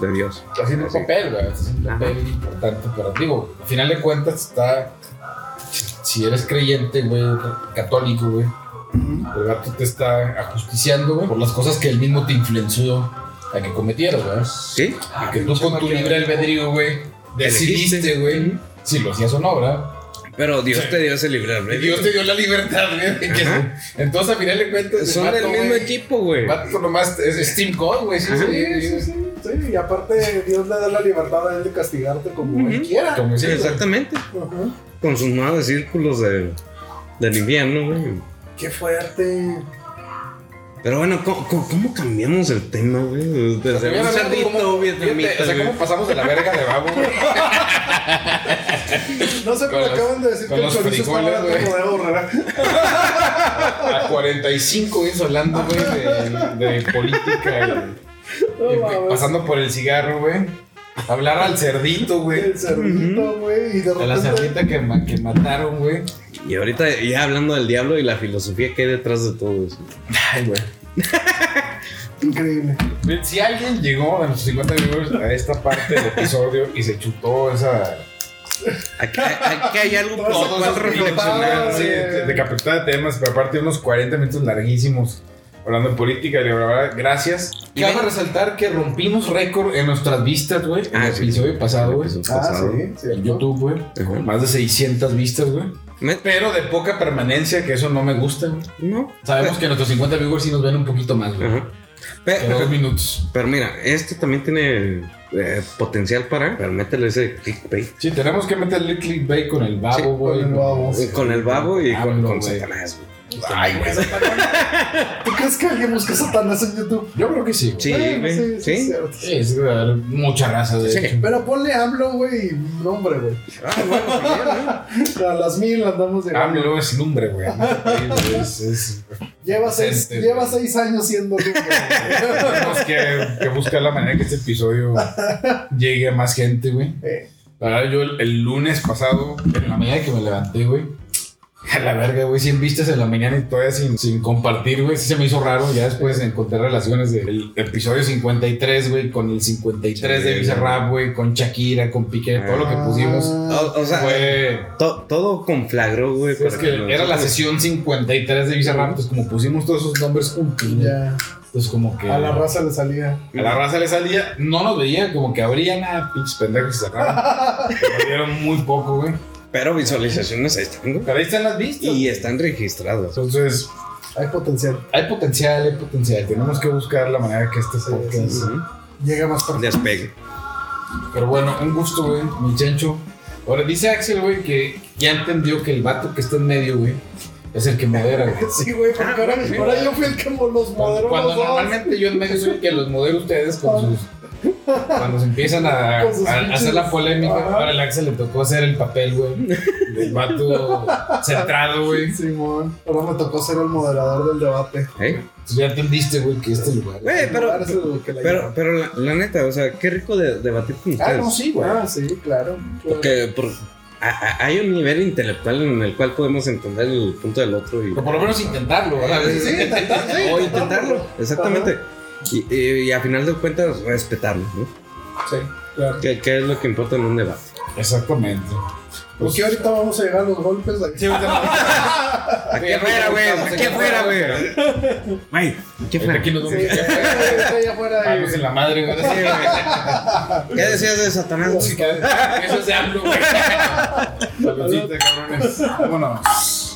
Speaker 4: de Dios.
Speaker 1: está haciendo pues, un
Speaker 4: Sí.
Speaker 1: papel, güey. está haciendo un
Speaker 4: Ajá.
Speaker 1: papel importante, pero digo, al final de cuentas está. Si eres creyente, güey, católico, güey, el gato te está ajusticiando, güey, por las cosas que él mismo te influenció a que cometieras, güey.
Speaker 4: ¿Sí?
Speaker 1: Y que tú con tu libre albedrío, güey, decidiste,
Speaker 4: Elegiste.
Speaker 1: güey, si lo hacías o no, ¿verdad?
Speaker 4: Pero Dios
Speaker 1: Sí.
Speaker 4: te dio ese libre
Speaker 1: Y
Speaker 4: albedrío.
Speaker 1: Dios te dio la libertad, güey. de que-
Speaker 4: Ajá.
Speaker 1: Entonces, al final de cuentas, el
Speaker 4: Son
Speaker 1: vato,
Speaker 4: del mismo
Speaker 1: güey,
Speaker 4: equipo, güey.
Speaker 1: el vato nomás es Steam Code, güey. Sí,
Speaker 4: Ajá.
Speaker 1: sí,
Speaker 3: Sí, sí, sí, sí. Y aparte, Dios le da la libertad a él de castigarte como él
Speaker 4: Ujú.
Speaker 3: quiera.
Speaker 1: Como
Speaker 4: Sí,
Speaker 1: decía,
Speaker 4: exactamente.
Speaker 3: Ajá.
Speaker 4: Con sus nueve círculos de, del invierno, güey.
Speaker 3: Qué fuerte.
Speaker 4: Pero bueno, ¿cómo, cómo- cómo cambiamos el tema, güey? Desde
Speaker 1: Te voy
Speaker 4: un
Speaker 1: hablando
Speaker 4: cerdito,
Speaker 1: cómo-
Speaker 4: vietnamita,
Speaker 1: fíjate, O sea,
Speaker 4: güey.
Speaker 1: ¿cómo pasamos de la verga de babo, güey?
Speaker 3: No sé,
Speaker 1: Con
Speaker 3: pero
Speaker 1: los-
Speaker 3: acaban de decir
Speaker 1: con
Speaker 3: que el
Speaker 1: los
Speaker 3: chorizo está
Speaker 1: frijoles,
Speaker 3: barato
Speaker 1: güey.
Speaker 3: como de borrar.
Speaker 1: A 45 güeyes hablando, güey, de, de política.
Speaker 3: No
Speaker 1: y- y, güey,
Speaker 3: mames.
Speaker 1: pasando por el cigarro, güey. Hablar al cerdito, güey.
Speaker 3: El cerdito, güey. Y de
Speaker 1: A la
Speaker 3: repente.
Speaker 1: cerdita que, ma- que mataron, güey.
Speaker 4: Y ahorita ya hablando del diablo y la filosofía que hay detrás de todo eso.
Speaker 1: Ay, güey.
Speaker 3: Increíble. Ah,
Speaker 1: Si alguien llegó de nuestros 50 viewers a esta parte del episodio y se chutó esa.
Speaker 4: Aquí, aquí hay algo por
Speaker 3: Todos
Speaker 4: lo cual
Speaker 3: esos
Speaker 4: reflexionar.
Speaker 3: flipados,
Speaker 1: sí, de, de capturar de temas, pero aparte unos 40 minutos larguísimos hablando de política y la verdad, gracias.
Speaker 4: Y
Speaker 1: Cabe
Speaker 4: ven-
Speaker 1: resaltar que rompimos récord en nuestras vistas, güey. En
Speaker 4: Ah,
Speaker 1: el
Speaker 4: sí.
Speaker 1: episodio pasado, güey.
Speaker 4: Episodio
Speaker 3: Ah,
Speaker 4: pasado.
Speaker 3: sí, sí.
Speaker 1: En YouTube, güey.
Speaker 4: Ajá.
Speaker 1: Más de 600 vistas, güey.
Speaker 4: Me-
Speaker 1: Pero de poca permanencia, que eso no me gusta. güey.
Speaker 4: No.
Speaker 1: Sabemos que nuestros 50 viewers sí nos ven un poquito más, güey.
Speaker 4: Ajá. Pe-
Speaker 1: En dos
Speaker 4: pero,
Speaker 1: minutos.
Speaker 4: pero mira, este también tiene eh, potencial para. Pero métele ese clickbait.
Speaker 1: Sí, tenemos que meterle clickbait con el
Speaker 4: Sí,
Speaker 1: babo, güey.
Speaker 3: con el babo.
Speaker 1: Sí.
Speaker 4: Eh, Con el babo y con,
Speaker 1: Hablo,
Speaker 4: con
Speaker 1: güey.
Speaker 4: Satanás, güey.
Speaker 1: Ay, güey.
Speaker 3: ¿Tú crees que alguien busca Satanás en YouTube?
Speaker 1: Yo creo que sí, güey.
Speaker 4: Sí,
Speaker 3: Bueno,
Speaker 4: güey, sí.
Speaker 3: es cierto.
Speaker 1: Sí, es güey, mucha raza de
Speaker 4: Sí.
Speaker 1: hecho.
Speaker 3: Pero ponle AMLO, güey, y nombre, güey.
Speaker 4: Ah, bueno, también, ¿no?
Speaker 3: A las mil andamos llegando.
Speaker 1: AMLO Ah, es lumbre, güey. Es, es-
Speaker 3: Lleva seis,
Speaker 1: Presente,
Speaker 3: lleva
Speaker 1: güey.
Speaker 3: seis años siendo lumbre, güey.
Speaker 1: tenemos que, que buscar la manera que este episodio llegue a más gente, güey.
Speaker 3: Eh,
Speaker 1: La verdad, yo el, el lunes pasado, en la mañana que me levanté, güey. A la verga, güey, 100 vistas en la mañana y todavía sin, sin compartir, güey. Sí se me hizo raro. Ya después encontré relaciones del episodio 53, güey, con el 53 de
Speaker 4: Sí.
Speaker 1: Bizarrap, güey, con Shakira, con Piqué, todo lo que pusimos
Speaker 3: ah,
Speaker 4: O, o sea,
Speaker 1: fue
Speaker 4: to- todo conflagró, güey.
Speaker 1: Es
Speaker 4: para
Speaker 1: que
Speaker 4: que
Speaker 1: era la
Speaker 4: nosotros-
Speaker 1: sesión 53 de Bizarrap, entonces como pusimos todos esos nombres juntos, güey,
Speaker 3: ya.
Speaker 1: entonces como que
Speaker 3: A la raza le salía.
Speaker 1: a la raza le salía, no nos veía, como que abrían a pinches pendejos y cerraban. Nos vieron muy poco, güey.
Speaker 4: Pero visualizaciones ahí están, güey.
Speaker 1: Pero ahí están las vistas.
Speaker 4: Y están registradas.
Speaker 1: Entonces,
Speaker 3: Hay potencial.
Speaker 1: hay potencial, hay potencial. Tenemos que buscar la manera que este podcast.
Speaker 4: Ujú.
Speaker 3: Llega más tarde.
Speaker 4: Despegue.
Speaker 1: Pero bueno, un gusto, güey, mi chancho. Ahora dice Axel, güey, que ya entendió que el vato que está en medio, güey, es el que modera, güey.
Speaker 3: Sí, güey, porque ahora,
Speaker 1: sí.
Speaker 3: ahora yo fui el que mo- los
Speaker 1: Ah, Cuando,
Speaker 3: moderó.
Speaker 1: cuando
Speaker 3: los dos.
Speaker 1: normalmente yo en medio soy el que los modelo ustedes con sus. Cuando se empiezan a,
Speaker 3: Con sus
Speaker 1: a- a
Speaker 3: pinches-
Speaker 1: hacer la polémica,
Speaker 3: Ajá.
Speaker 1: ahora el Axel le tocó hacer el papel, güey. Del vato centrado, güey.
Speaker 3: Simón. Ahora me tocó ser el moderador del debate.
Speaker 4: ¿eh?
Speaker 1: Entonces ya entendiste, güey, que este lugar.
Speaker 4: Güey, pero,
Speaker 3: Ahora es el que la
Speaker 4: pero,
Speaker 3: lleva.
Speaker 4: pero la, la neta, o sea, qué rico de, debatir con
Speaker 1: Ah,
Speaker 4: ustedes.
Speaker 1: no, sí, güey.
Speaker 3: Ah, sí, claro. claro.
Speaker 4: Porque por- a- a- hay un nivel intelectual en el cual podemos entender el punto del otro. Y,
Speaker 1: Pero por lo menos intentarlo, ¿verdad?
Speaker 3: Sí, sí, intentar- sí,
Speaker 4: o intentarlo. Exactamente. Y, y- y a final de cuentas, respetarlo, ¿no?
Speaker 3: Sí, claro.
Speaker 4: ¿Qué, qué es lo que importa en un debate?
Speaker 1: Exactamente.
Speaker 3: Porque ahorita vamos a llegar a los golpes. ahí.
Speaker 1: Sí, ahorita
Speaker 4: Aquí
Speaker 1: afuera, güey, aquí afuera,
Speaker 4: güey. Güey, aquí
Speaker 1: no-
Speaker 4: afuera.
Speaker 1: Aquí nos
Speaker 3: Sí,
Speaker 1: vamos a
Speaker 3: está allá afuera.
Speaker 1: Manos
Speaker 3: eh.
Speaker 1: en la madre, güey. Sí,
Speaker 4: ¿Qué decías de Satanás?
Speaker 1: güey. Eso es de AMLO, güey. Saludcita, cabrones. Vámonos.